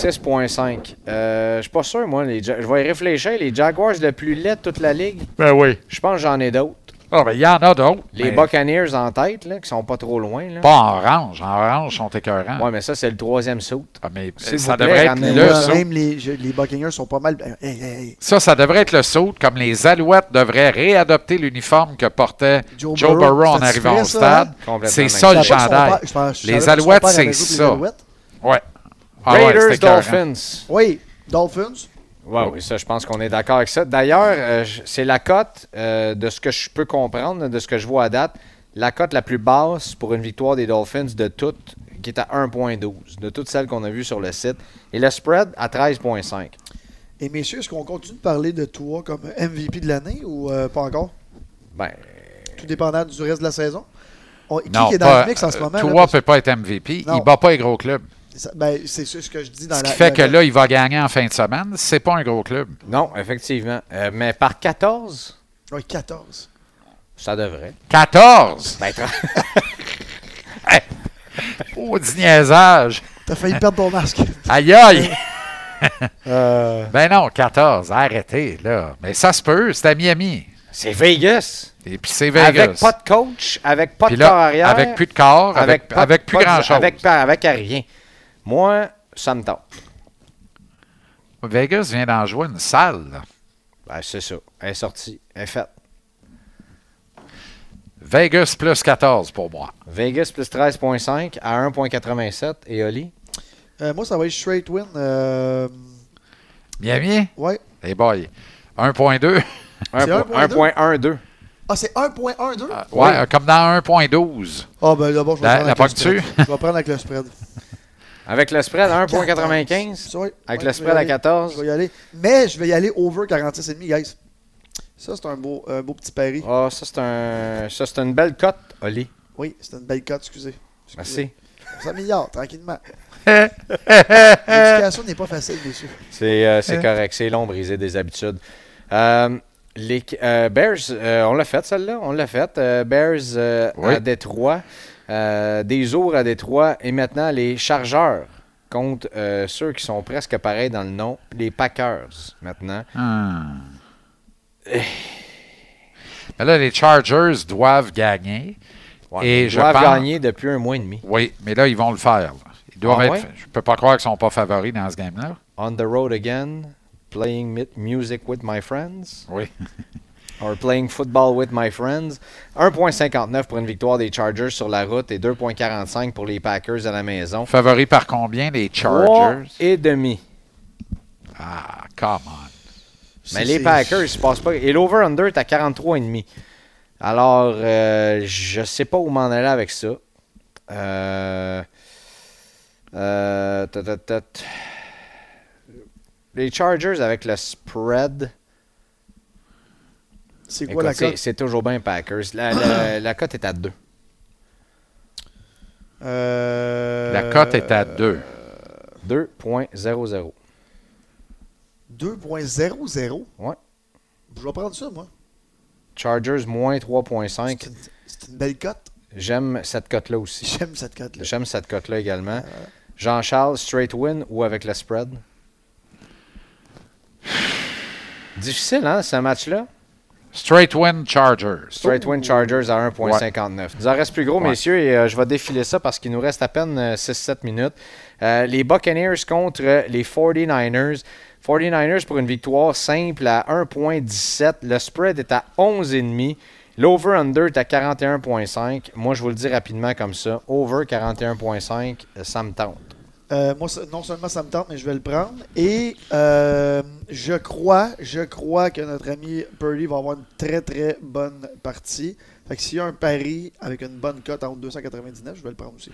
6.5. Euh, je suis pas sûr, moi. Les Ja- je vais y réfléchir. Les Jaguars, le plus laid de toute la ligue, Ben oui. je pense que j'en ai d'autres. Ah, ben, il y en a d'autres. Les mais Buccaneers en tête, là, qui sont pas trop loin. Là. Pas en orange. En orange, ils sont écœurants. Ouais, mais ça, c'est le troisième saut. Ah, mais S'il ça vous plaît, devrait être ramenez-moi le un Moi, saut. même les, je- les Buccaneers sont pas mal. Ben, Hey, hey, hey. Ça, ça devrait être le saut, comme les Alouettes devraient réadopter l'uniforme que portait Joe, Joe Burrow, Burrow. en Ça, tu arrivant fais au ça, stade. hein? Complètement C'est ça le Je savais pas que son chandail. père- je pense- je Les savais pas que son Alouettes, père avait c'est joué pour les ça. Alouettes. Ouais. Ah, ouais, Raiders, c'est écœurant. Dolphins. Oui, Dolphins. Ouais, oui, ça, je pense qu'on est d'accord avec ça. D'ailleurs, euh, je- c'est la cote, euh, de ce que je peux comprendre, de ce que je vois à date, la cote la plus basse pour une victoire des Dolphins de toutes, qui est à 1,12, de toutes celles qu'on a vues sur le site. Et le spread à 13,5. Et messieurs, est-ce qu'on continue de parler de toi comme MVP de l'année ou euh, pas encore? Ben, Tout dépendant du reste de la saison. On- qui, Non, qui est dans pas, euh, le mix en ce moment? là, Tua parce- peut pas être MVP. Non. Il bat pas les gros clubs. ça- ben, c'est ça ce que je dis dans Ce la. qui fait la- que là, il va gagner en fin de semaine. C'est pas un gros club. non, effectivement. Euh, mais par 14, Ouais, 14. ça devrait. 14! Ben, tra- Oh, du niaisage! T'as failli perdre ton <laughs> masque. Aïe <laughs> aïe! Ben non, 14, arrêtez, là. Mais ça se peut, c'est à Miami. <laughs> c'est Vegas. Et puis c'est Vegas. Avec pas de coach, avec pas Puis de là, corps arrière. avec plus de corps, avec, avec, pas- plus pas de- grand-chose. Avec, avec rien. Moi, ça me tente. Vegas vient d'en jouer une salle. là. Ben, c'est ça. Elle est sortie. Elle est faite. Vegas plus 14 pour moi. Vegas plus 13.5 à 1.87. Et Oli? Euh, moi, ça va être straight win. euh, Miami, ouais. les boys, 1.2. Un C'est point- 1.12. Ah, c'est 1.12? Ah, Ouais, euh, comme dans 1.12. ben d'abord, je vais La- la prendre avec le pointe-tu? spread. Je vais prendre avec le spread. <laughs> Avec le spread à 1.95. Ouais, Avec ouais, le je vais spread y à aller. Je 14. vais y aller. Mais je vais y aller over 46,5, guys. Ça, c'est un beau, un beau petit pari. Ah, ça, c'est un... ça, c'est une belle cote, Oli. Oui, c'est une belle cote, excusez. Excusez. Merci. On <laughs> s'améliore, tranquillement. Hey, L'éducation n'est pas facile, messieurs. C'est euh, c'est correct. C'est long, briser des habitudes. Euh, Les euh, Bears, euh, on l'a fait celle-là, on l'a fait. Euh, Bears euh, Oui. à Détroit, euh, des jours à Détroit et maintenant les Chargeurs contre euh, ceux qui sont presque pareils dans le nom, les Packers maintenant. Hmm. Mais là, les Chargers doivent gagner. Ouais, Et ils je doivent pense- gagner depuis un mois et demi. Oui, mais là, ils vont le faire. là. Ils doivent Ah être- ouais? Je peux pas croire qu'ils sont pas favoris dans ce game-là. On the road again, playing mi- music with my friends. Oui. or playing football with my friends. 1.59 pour une victoire des Chargers sur la route et 2.45 pour les Packers à la maison. Favoris par combien, les Trois Chargers? et demi. Ah, come on. Mais Ça, les c'est- Packers, ils se passent pas. Et l'over-under est à 43,5. Alors, euh, je sais pas où m'en aller avec ça. Euh, euh, ta, ta, ta, ta. Les Chargers avec le spread. C'est quoi Écoute, la c'est- cote? c'est toujours bien Packers. La, <coughs> la- la cote est à 2. Euh, La cote est à 2. 2.00. 2.00. Ouais. Je vais prendre ça, moi. Chargers moins C'est 3.5. une, c'est une belle cote. J'aime cette cote-là aussi. J'aime cette cote-là. J'aime cette cote-là également. Euh. Jean-Charles, straight win ou avec le <sighs> spread? Difficile, hein, ce match-là? Straight win Chargers. Straight win Chargers à 1.59. Il nous en Oh. reste plus gros, Ouais. messieurs, et euh, je vais défiler ça parce qu'il nous reste à peine euh, 6-7 minutes. Euh, les Buccaneers contre euh, les 49ers. 49ers pour une victoire simple à 1.17. Le spread est à 11,5. L'over-under est à 41.5. Moi, je vous le dis rapidement comme ça. Over 41.5, euh, ça me tente. Euh, moi, ça- non seulement ça me tente, mais je vais le prendre. Et euh, je crois, je crois que notre ami Purdy va avoir une très très bonne partie. Fait que s'il y a un pari avec une bonne cote en haut de 299, je vais le prendre aussi.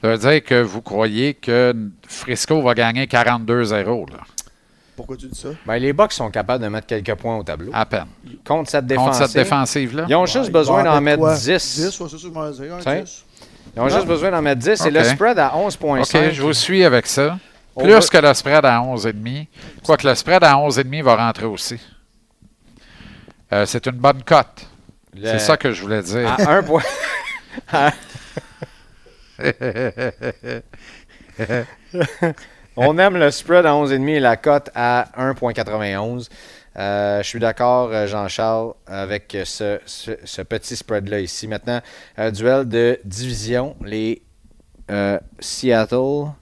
Ça veut dire que vous croyez que Frisco va gagner 42-0, là. Pourquoi tu dis ça? Ben, les Bucks sont capables de mettre quelques points au tableau. À peine. Contre cette Ah. Contre défense. cette défensive-là. Ils ont Ouais, juste il besoin va en d'en mettre quoi? 10. 10, ouais, c'est sûr, je m'en vais dire, un Tiens. 10. Ils ont juste besoin d'en mettre 10. Et le Ok. spread à 11.5. OK, je vous suis avec ça. On Plus va- que le spread à 11,5. Quoique le spread à 11,5 va rentrer aussi. Euh, c'est une bonne cote. Le- C'est ça que je voulais dire. Ah. <laughs> À un point. <laughs> On aime le spread à 11,5 et la cote à 1,91. Euh, je suis d'accord, euh, Jean-Charles, avec ce, ce- ce petit spread-là ici. Maintenant, un duel de division, les euh, Seattle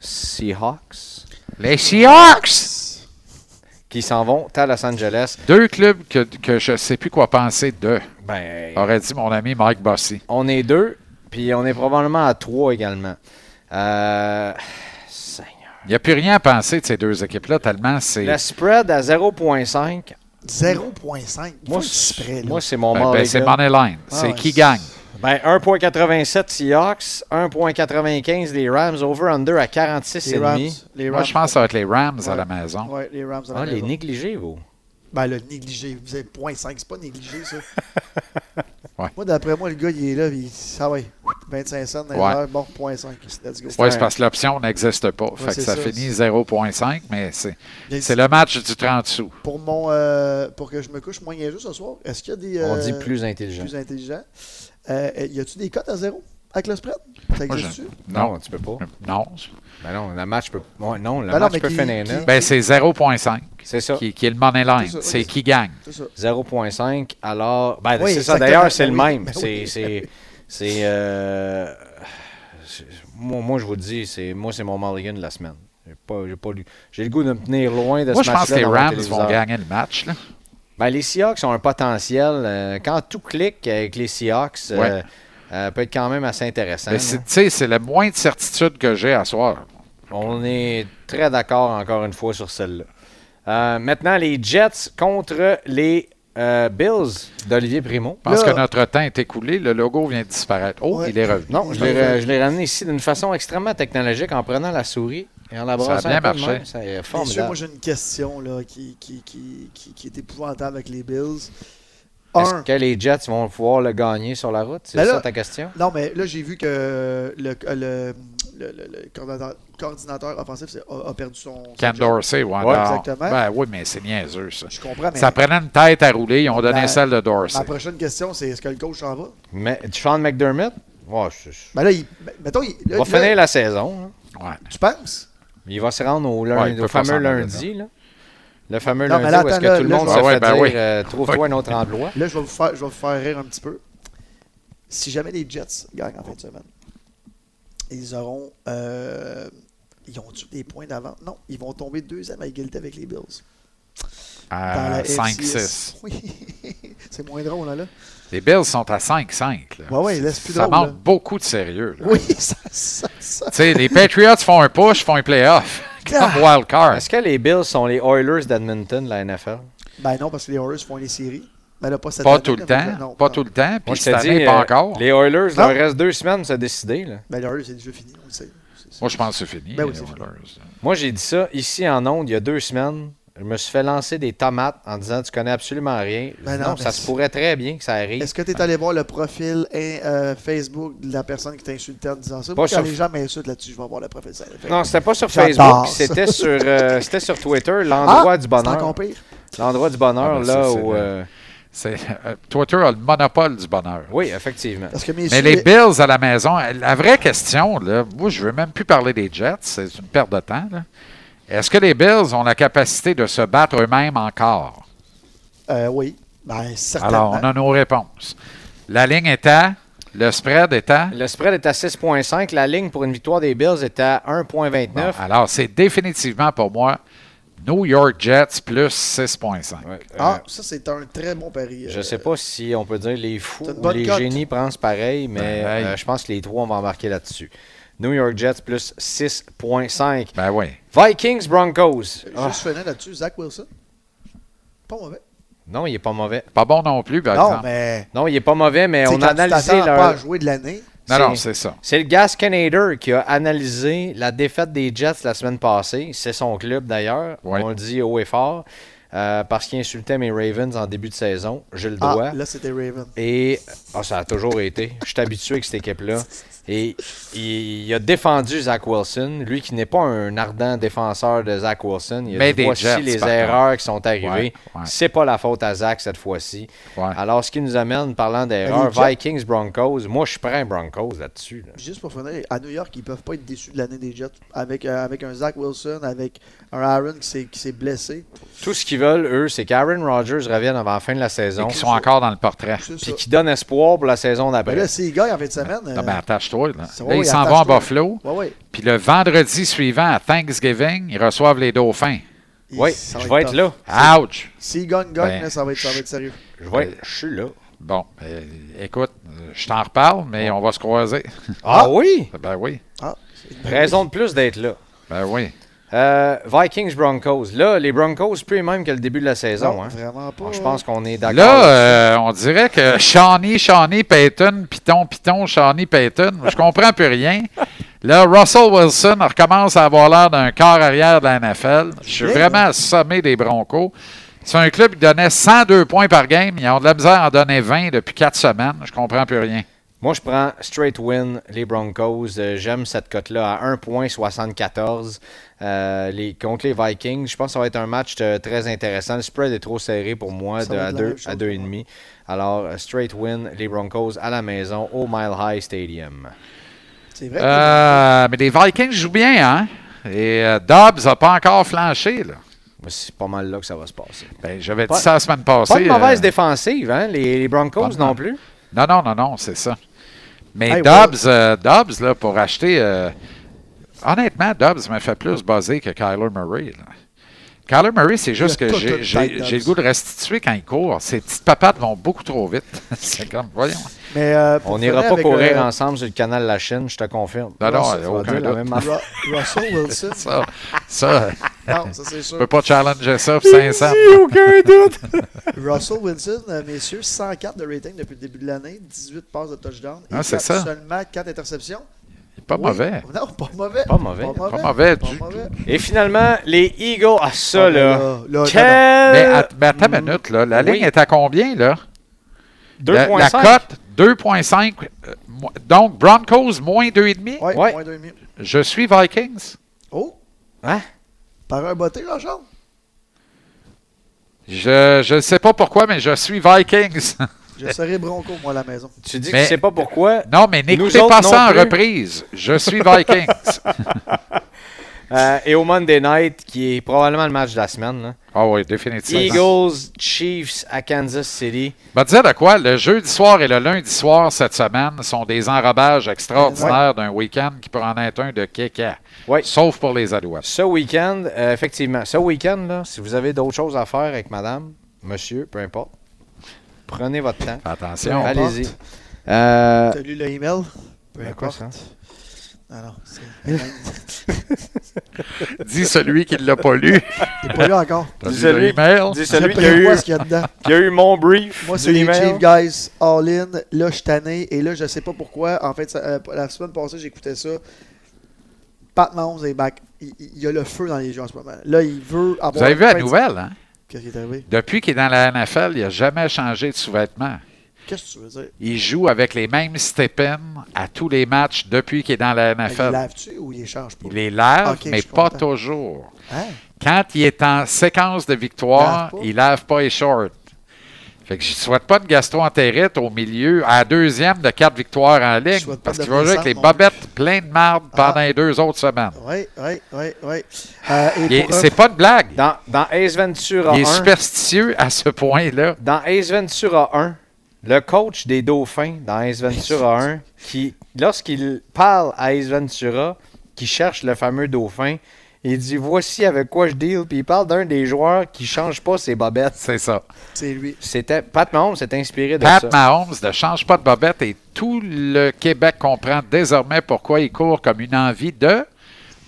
Seahawks Les Seahawks! qui s'en vont à Los Angeles. Deux clubs que, que je ne sais plus quoi penser d'eux, Ben, aurait dit mon ami Mike Bossy. On est deux, puis on est probablement à trois également. Euh, Seigneur. Il n'y a plus rien à penser de ces deux équipes-là, tellement c'est. Le spread à 0.5. 0.5. Moi, Moi, je suis prêt, là. moi, c'est mon Ben, mort. ben, les c'est gars. Money Line. Ah c'est ouais, qui c'est- gagne? Ben, 1.87 Seahawks, 1.95 les Rams, over-under à 46,5. les Rams. Les Rams. Moi, je pense que ça va être les Rams à la Ouais. maison. Ouais, les Rams. à la Ah, les maison. négligés, vous. Ben là, négligé. Vous avez 0.5, c'est pas négligé, ça. <laughs> Ouais. Moi, d'après moi, le gars, il est là, il ça va. 25 cents dans Ouais. l'heure, bon, 0.5. Let's go. Oui, Ouais. c'est parce que l'option n'existe pas. fait que c'est ça, ça. finit 0,5, mais c'est, Bien, c'est le match du 30 sous. Pour, mon, euh, pour que je me couche moins juste ce soir, est-ce qu'il y a des. On euh, dit plus intelligent. plus intelligents? Euh, y a-tu des cotes à zéro avec le spread? Ça Moi, je- existe-tu? Non, Non. tu peux pas. Non. Ben non, le match peut, ouais, non, le Ben non, match mais peut qui- finir qui- là. Ben, c'est 0,5 C'est ça. qui, qui est le money line. Ah. C'est ça, C'est, oui, c'est qui gagne. C'est ça. 0.5, alors. Ben, Oui, c'est ça. exactement. D'ailleurs, c'est le Ben oui, même. ben C'est. oui. c'est- c'est, euh, c'est- Moi, moi, je vous le dis, c'est, moi, c'est mon Mulligan de la semaine. J'ai, pas, j'ai, pas lu- j'ai le goût de me tenir loin de Moi, ce je pense que match-là. les dans mon Rams vont téléviseur. gagner le match. là. Ben, les Seahawks ont un potentiel. euh, quand tout clique avec les Seahawks, euh, Ouais. euh, peut être quand même assez intéressant. hein. Mais Ben, c'est, tu sais, c'est le moins de certitude que j'ai à soir. On est très d'accord encore une fois sur celle-là. Euh, maintenant, les Jets contre les euh, Bills d'Olivier Primo. Je pense Là- que notre temps est écoulé. Le logo vient de disparaître. Oh, Ouais. il est revenu. Non, je l'ai, euh, ra- je l'ai ramené ici d'une façon extrêmement technologique en prenant la souris et en la Ça a brassant. bien un peu de marché. même. Ça est Messieurs, moi, formidable. j'ai une question là, qui, qui, qui, qui, qui est épouvantable avec les Bills. Est-ce Un, que les Jets vont pouvoir le gagner sur la route? C'est Ben ça là- ta question? non, mais là, j'ai vu que le, le, le, le- le coordinateur, coordinateur offensif c'est- a, a perdu son. son Ken job. Dorsey, ouais, Ouais, dehors. exactement. Ben oui, mais c'est niaiseux, ça. Je comprends, mais Ça prenait une tête à rouler, ils ont donné Ben, celle de Dorsey. ma prochaine question, c'est est-ce que le coach s'en va? Mais Sean McDermott, ouais, je- je- Ben là, il, ben, mettons, il, là, va là, finir la saison. là. Ouais. tu penses? Il va se rendre au, Ouais, il lundi, peut au pas s'en fameux aller, là. lundi. Là. Le fameux Non, mais lundi là, où est-ce attends, que là, tout le là, monde je- se Ah ouais, fait ben dire oui. euh, Trouve-toi un autre emploi. Là, je vais vous faire, je vais vous faire rire un petit peu. Si jamais les Jets gagnent en fin de semaine, ils auront. euh, ils ont des points d'avance? Non, ils vont tomber deuxième à égalité avec les Bills. Euh, Dans À la 5-6. FCS. <laughs> Oui. c'est moins drôle, hein, là. Les Bills sont à 5-5. là. Ouais, ouais, laisse plus ça drôle, manque là. beaucoup de sérieux. là. Oui, ça. ça, ça. Tu sais, les Patriots font un push, font un playoff. Ah. Comme wild card. Est-ce que les Bills sont les Oilers d'Edmonton, la NFL? Ben non, parce que les Oilers font les séries. Ben là, pas cette Pas année, tout le mais temps. non, pas non. tout le temps. Moi, Puis je cette te dis, année, pas euh, encore. les Oilers, il leur Non. reste deux semaines pour se décider. là. Ben les Oilers, c'est déjà fini, on le sait. C'est- c'est- Moi, je pense que c'est fini. Ben oui, les c'est fini. Oilers. Moi, j'ai dit ça ici en ondes il y a deux semaines. Je me suis fait lancer des tomates en disant Tu connais absolument rien. Je Ben dis, non, non, mais ça se c'est- pourrait très bien que ça arrive. Est-ce que tu es allé voir le profil hein, euh, Facebook de la personne qui t'insultait en disant ça? Pas Moi, quand sur- les gens m'insultent là-dessus, je vais voir le profil. Ça, fait- Non, c'était pas sur J'adore Facebook, ça. c'était sur, euh, c'était sur Twitter, l'endroit Ah, du C'est bonheur. encore pire. L'endroit du bonheur, Ah, ben, ça, là c'est où. le- euh, C'est- euh, Twitter a le monopole du bonheur. Oui, effectivement. Parce que mes Mais les Bills à la maison, euh, la vraie question, là, moi, je veux même plus parler des Jets. C'est une perte de temps. là. Est-ce que les Bills ont la capacité de se battre eux-mêmes encore? Euh, oui, ben, certainement. Alors, on a nos réponses. La ligne est à. Le spread est à. Le spread est à 6,5. La ligne pour une victoire des Bills est à 1,29. Bon, alors, c'est définitivement pour moi New York Jets plus 6,5. Ouais, euh, Ah, ça, c'est un très bon pari. je euh, sais pas si on peut dire les fous t'as une ou bonne les cote. génies pensent pareil, mais Ben, hey. euh, je pense que les trois, on va embarquer là-dessus. New York Jets plus 6,5. Ben oui. Vikings Broncos. euh, Juste Ah, finir là-dessus, Zach Wilson. Pas mauvais. non, il est pas mauvais. Pas bon non plus, par Non, exemple. mais. Non, il est pas mauvais, mais tu sais, on quand a tu t'attends analysé à pas à leur. jouer de l'année. Non, non, c'est- c'est ça. C'est le Gas Canader qui a analysé la défaite des Jets la semaine passée. C'est son club d'ailleurs. Ouais. On le dit haut et fort. euh, parce qu'il insultait mes Ravens en début de saison. Je le dois. Ah, là, c'était Raven. Et ah, ça a toujours été. Je suis habitué avec cette équipe-là. Et il, il a défendu Zach Wilson, lui qui n'est pas un ardent défenseur de Zach Wilson. Il a Mais dit des voici Jets, les par erreurs qui sont arrivées. Ouais, ouais. C'est pas la faute à Zach cette fois-ci. Ouais. Alors, ce qui nous amène, parlant d'erreurs, Jets- Vikings, Broncos. Moi, je prends Broncos là-dessus. là. Juste pour finir, à New York, ils peuvent pas être déçus de l'année des Jets. Avec, euh, avec un Zach Wilson, avec un Aaron qui s'est- qui s'est blessé. Tout ce qu'ils veulent, eux, c'est qu'Aaron Rodgers revienne avant la fin de la saison. Et qui sont encore dans le portrait. C'est ça. Puis qu'ils donnent espoir pour la saison Ben d'après. là, s'ils gagnent en fin de semaine. euh, Non, mais attache-toi. Là, c'est Là, vrai, ils s'en vont à attache-toi. Buffalo. Ouais, ouais. Puis le vendredi suivant, à Thanksgiving, ils reçoivent les Dauphins. Ils- oui, ça je vais être tough. là. Ouch! S'ils gagnent, gagnent, Ben, là, ça, va être, ça va être sérieux. Je Euh, vais être- je suis là. Bon, euh, écoute, euh, je t'en reparle, mais on va se croiser. Ah oui! Ben oui, Ah, c'est- Raison de plus d'être là. ben oui. Euh, Vikings Broncos. Là, les Broncos, plus même que le début de la saison. Non, hein. vraiment pas. Bon, je pense qu'on est d'accord. Là, euh, on dirait que Shawnee, Shawnee, Payton, Python, Python, Shawnee, Payton, je comprends plus rien. Là, Russell Wilson recommence à avoir l'air d'un quart arrière de la NFL. Je suis Bien, vraiment assommé des Broncos. C'est un club qui donnait 102 points par game. Ils ont de la misère à en donner 20 depuis 4 semaines. Je comprends <laughs> plus rien. Moi, je prends straight win les Broncos. Euh, J'aime cette cote-là à 1,74 euh, les, contre les Vikings. Je pense que ça va être un match euh, très intéressant. Le spread est trop serré pour moi Ça de, va à être la même 2 chose à pour 2,5. Alors, euh, straight win les Broncos à la maison au Mile High Stadium. C'est vrai. que- Euh, mais les Vikings jouent bien, hein? Et euh, Dobbs n'a pas encore flanché, là. Moi, C'est pas mal là que ça va se passer. Ben, j'avais Pas- dit ça la semaine passée. Pas de mauvaise euh, défensive, hein? les, les pas Broncos de non mal. plus. Non, non, non, non, c'est ça. Mais Hey, Dobbs, euh, Dobbs, là, pour acheter. euh, honnêtement, Dobbs me fait plus buzzer que Kyler Murray. là. Kyler Murray, c'est juste Il a que toute j'ai- une tête, j'ai Dobbs. j'ai le goût de restituer quand il court. Ses petites papates vont beaucoup trop vite. <laughs> c'est comme, voyons. mais, euh, pour On n'ira finir pas avec, courir euh, ensemble sur le canal La Chine, je te confirme. Non, ça, non, Tu vas aucun dire la doute. même <laughs> affaire. Ru- <laughs> Russell Wilson. Ça, ça, non, ça c'est je sûr. peux pas challenger ça pour 500. <laughs> aucun doute. Russell Wilson, euh, messieurs, 104 de rating depuis le début de l'année, 18 passes de touchdown. et Ah, c'est quatre- ça. Seulement 4 interceptions. Il est pas Oui. mauvais. Non, pas mauvais. Pas mauvais, pas Pas mauvais Pas du tout. mauvais. Et finalement, les Eagles. Ah, ça, Ah, ben là. là, là, non, Quel- Euh, Mais, att- mais attends une minute, là. La Oui. ligne est à combien, là? La, la 2,5. cote, 2,5. euh, mo- donc, Broncos, moins 2,5. Ouais, Ouais. moins 2,5. Je suis Vikings. Oh! Hein? Par un botté, Jean-Charles? Je je sais pas pourquoi, mais je suis Vikings. <laughs> Je serai bronco, moi, à la maison. Tu dis que Mais- tu sais pas pourquoi. non, mais n'écoutez autres pas non ça en plus. reprise. Je suis <laughs> Vikings. Euh, et au Monday Night, qui est probablement le match de la semaine. là. Ah oui, définitivement. Eagles, Chiefs à Kansas City. Ben, tu sais de quoi? Le jeudi soir et le lundi soir cette semaine sont des enrobages extraordinaires d'un week-end qui pourrait en être un de kéka. Ouais. Sauf pour les Alouettes. Ce week-end, euh, effectivement, ce week-end, là, si vous avez d'autres choses à faire avec madame, monsieur, peu importe, prenez votre temps. Fais Attention. Ouais. Allez-y. Euh, T'as lu le email? Peu Ben, quoi, importe. Non, non, c'est. <laughs> Dis celui qui ne <laughs> l'a pas lu. T'es pas là encore. T'as Dis lu celui- l'email? dis celui Je qui a, eu, prévois ce qu'il y a dedans. qui a eu mon brief. Moi, du c'est les email. Chief Guys All In. Là, je suis tanné. Et là, je sais pas pourquoi. En fait, ça- euh, la semaine passée, j'écoutais ça. Pat Mahomes est back. Il, il y a le feu dans les gens en ce moment. Là, il veut avoir. Vous avez vu la plein de- nouvelle, hein? Qu'est-ce qui est arrivé? Depuis qu'il est dans la NFL, il n'a jamais changé de sous-vêtements. Qu'est-ce que tu veux dire? Il joue avec les mêmes step-in à tous les matchs depuis qu'il est dans la Mais Il NFL. lave-tu ou il échange pas? Il les lave, Ok, mais je pas comprends. toujours. Hein? Quand il est en séquence de victoire, Lave pas. il lave pas les shorts. Fait que je souhaite pas de Gaston Territe au milieu, à la deuxième de quatre victoires en ligne, souhaite pas parce de qu'il va jouer avec descendre, les mon bobettes pleines de marde Ah. pendant les deux autres semaines. Oui, oui, oui, oui. Euh, et Il est- pour un- C'est pas une blague. Dans, dans Ace Ventura Il est 1, superstitieux à ce point-là. dans Ace Ventura 1, le coach des Dauphins dans Ace Ventura 1, qui, lorsqu'il parle à Ace Ventura, qui cherche le fameux Dauphin, il dit Voici avec quoi je deal. Puis il parle d'un des joueurs qui change pas ses bobettes. C'est ça. C'est lui. C'était Pat Mahomes s'est inspiré de Pat ça. Mahomes ne change pas de bobette et tout le Québec comprend désormais pourquoi il court comme une envie de.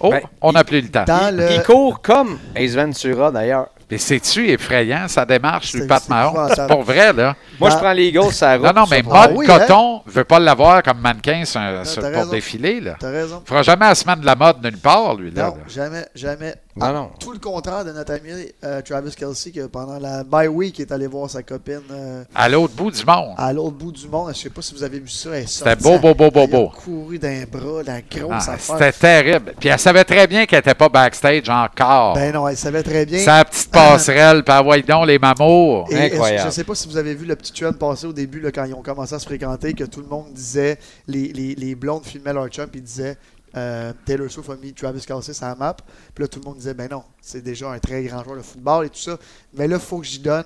Oh, Ben, on n'a plus le temps. Dans il, le- il court comme Ace Ventura d'ailleurs. Mais c'est-tu effrayant, sa démarche du C'est- Pat c'est Mahomes? épouvantable. C'est pour vrai, là. Moi, Dans- je prends les Eagles, ça route. Non, non, mais ça, Ah Maude oui, hein? Coton ne veut pas l'avoir comme mannequin sur, sur- t'as pour raison. défiler, là. T'as raison. Il fera jamais la semaine de la mode nulle part, lui, là. Non, là. jamais, jamais. Non, Ah, non. Tout le contraire de notre ami euh, Travis Kelsey, qui pendant la bye week est allé voir sa copine euh, À l'autre bout du monde. à l'autre bout du monde. Je sais pas si vous avez vu ça. Elle C'était sortait, beau, beau, beau, beau, elle a beau. couru d'un bras, la Ah, grosse C'était affaire. terrible. Puis elle savait très bien qu'elle n'était pas backstage encore. Ben non, elle savait très bien. Sa petite passerelle, puis envoie donc les mamours. Et Ouais, incroyable. Je ne sais pas si vous avez vu le petit trend passer au début, là, quand ils ont commencé à se fréquenter, que tout le monde disait, les, les, les blondes filmaient leur chum, puis disaient, euh, Taylor Swift a mis Travis Kelsey sur la map. Puis là, tout le monde disait, ben non, c'est déjà un très grand joueur de football et tout ça. Mais là, il faut que j'y donne.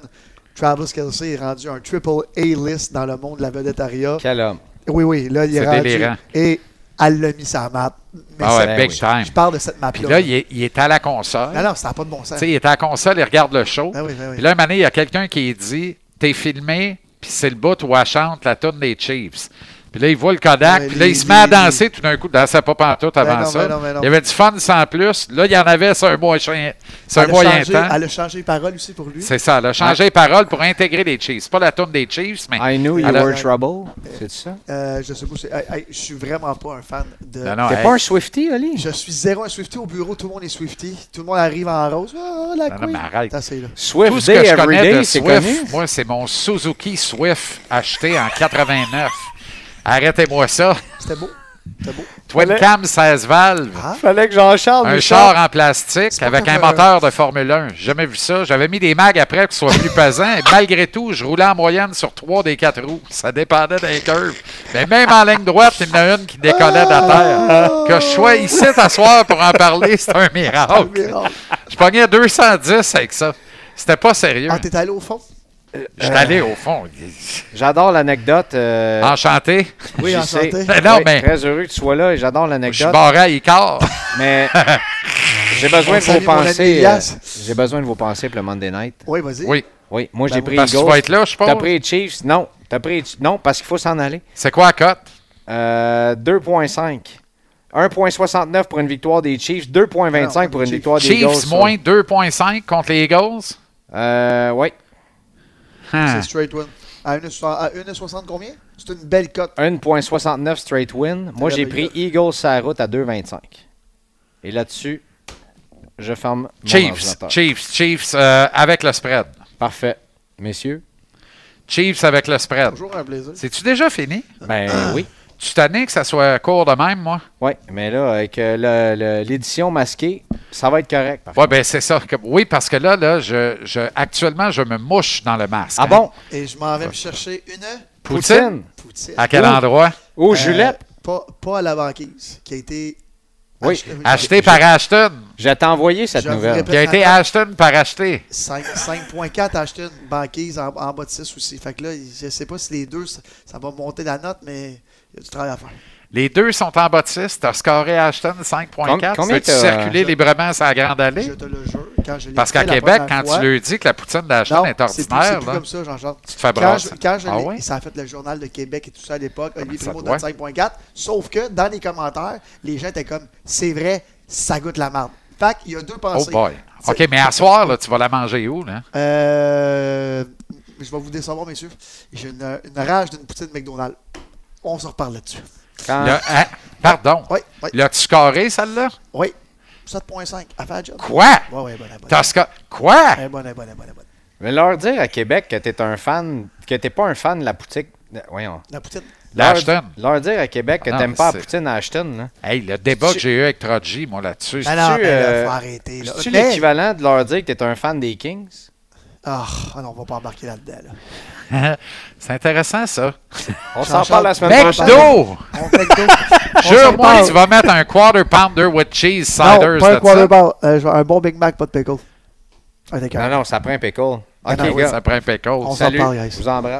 Travis Kelsey est rendu un triple A-list dans le monde de la vedettaria. Quel homme. Oui, oui, là, il est, C'est rendu. délirant. Et elle l'a mis sur la map. Mais Ah ouais, Ben big oui. time. je parle de cette Puis map-là. là, il est, il est à la console. Non, non, ça n'a pas de bon Tu sens. sais, il est à la console, il regarde le show. Ah oui, ben oui. Puis là, un moment donné, il y a quelqu'un qui dit T'es filmé, puis c'est le bout où elle chante la tune des Chiefs. Puis là, il voit le Kodak, Ouais, puis là, il les- se met à les- danser tout d'un coup. Il dansait pas pantoute Ben avant non, ça. ben non, ben non. Il y avait du fun sans plus. Là, il y en avait sur un moyen, sur un elle, a moyen changé, temps. elle a changé de parole aussi pour lui. C'est ça, elle a changé les paroles pour intégrer les Chiefs. Pas la tune des Chiefs, Ah, mais. I knew you Alors- were trouble. C'est ça? Euh, je sais pas. c'est- hey, hey, je suis vraiment pas un fan de. Non, non, T'es Ah, hey. pas un Swifty, Oli? Je suis zéro un Swifty au bureau. Tout le monde est Swifty. Tout le monde arrive en rose. Ah, la Non, non, queen. mais arrête. T'as assez, là. Swift Tout ce que Day je Every connais de Day, c'est Swift, connu. moi, c'est mon Suzuki Swift acheté en 89. Arrêtez-moi ça. C'était beau. C'était beau. Twin Fallait- cam 16 valves. Ah. <laughs> Fallait que Jean-Charles Un nous char sorte. en plastique pas avec comme un un- moteur de Formule 1. J'ai Jamais vu ça. J'avais mis des mags après pour que ce soit plus pesant. Et malgré tout, je roulais en moyenne sur trois des quatre roues. Ça dépendait des curves. Mais même en ligne droite, il y en a une qui décollait de la terre. Que je sois ici à soir pour en parler, c'est un Ah, miracle. mais, oh. Je pognais 210 avec ça. C'était pas sérieux. Ah, t'es allé au fond? J'étais allé au fond. J'adore l'anecdote. euh, Enchanté. Oui, j'y enchanté. sais. Ah. Ben non, Oui, mais- Très heureux que tu sois là et j'adore Je suis l'anecdote. barré à Icar. <laughs> Mais j'ai besoin On de salue vos mon ami pensées. euh, Elias. J'ai besoin de vos pensées pour le Monday Night. Oui, vas-y. Oui. Oui, moi j'ai Ben, pris Parce que tu vas Eagles. être là, je T'as pense. pris les Chiefs? Non. T'as pris les Chi- Non, parce qu'il faut s'en aller. C'est quoi la cote? Euh, 2.5. 1.69 pour une victoire des Chiefs, 2.25 pour une Chiefs. victoire des Eagles. Chiefs moins 2,5 contre les Eagles? Euh, oui. Hein. C'est straight win. À 1,60 combien? C'est une belle cote. 1.69 straight win. Moi, Très j'ai belle pris Eagles sur la route à 2.25. Et là-dessus, je ferme mon Chiefs, ordinateur. Chiefs, Chiefs euh, avec le spread. Parfait. Messieurs? Chiefs avec le spread. Toujours un plaisir. C'est-tu déjà fini? Ben oui. Je suis tanné que ça soit court de même, moi. Oui, mais là, avec euh, le- le- l'édition masquée, ça va être correct. par Ouais, ben c'est ça. Comme- Oui, parce que là, là, je, je- actuellement, je me mouche dans le masque. Ah hein. bon? Et je m'en vais me chercher une Poutine? poutine. À quel Ouh. endroit? Ou Euh, Julep? Pas, pas à la banquise, qui a été. Oui, achetée- Acheté par Ashton. Je t'ai envoyé cette Je nouvelle. répète- Qui a été Ashton par acheté. 5 5.4 acheté une banquise en, en bas de 6 aussi. Fait que là, je sais pas si les deux, ça, ça va monter la note, mais il y a du travail à faire. Les deux sont en bas de 6. Tu as scoré Ashton 5.4. Combien Peux-tu t'as- circuler librement sur la Grande Allée? euh, Je te le jure. Quand je l'ai Parce fait qu'à la Québec, première quand fois- tu lui dis que la poutine d'Ashton Non, est c'est plus- C'est ordinaire, plus là, comme ça, Jean-Jean. tu te fais Quand brasser. je, quand je Ah l'ai- ouais? Ah, ça a fait le journal de Québec et tout ça à l'époque, Olivier ça Primo doit? donne 5.4, sauf que dans les commentaires, les gens étaient comme « C'est vrai, ça goûte la marde ». Fait qu'il y a deux Oh pensées. boy. C'est- OK, mais à soir, là, tu vas la manger où, là? Euh, je vais vous décevoir, messieurs. J'ai une, une rage d'une poutine McDonald's. On se reparle là-dessus. Quand- Le- hein? Pardon. Ah. Oui, oui, L'as-tu scoré, celle-là? oui. 7.5, à faire la job. Quoi? Ouais, ouais, bonne, bonne. T'as sco- Quoi? Eh, bonne, bonne, bonne, bonne. Mais leur dire à Québec que t'es un fan, que t'es pas un fan de la poutine. de- Voyons. La poutine. Leur, Ashton. leur dire à Québec que Ah non, t'aimes mais pas la c'est- poutine à Ashton, là. Hey, le débat Tu- que j'ai eu avec Troji, moi, là-dessus. Ben Non, non, mais euh, là, faut arrêter. là. C'est-tu Mais- l'équivalent de leur dire que t'es un fan des Kings? Ah, ah non, on va pas embarquer là-dedans. là. <laughs> C'est intéressant, ça. On s'en Jean-Charles, parle la semaine Mec, prochaine. McDo! <laughs> On fait le tour. On s'en Jure-moi parle. que tu vas mettre un quarter pounder with cheese Non, ciders pas un quarter là-dessus. bar. Euh, je veux un bon Big Mac, pas de pickle. Ah, t'es Non, correct. non, ça prend un pickle. Ok, Ah non, Oui, gars. ça prend un pickle. On s'en Salut. parle, guys. Je vous embrasse.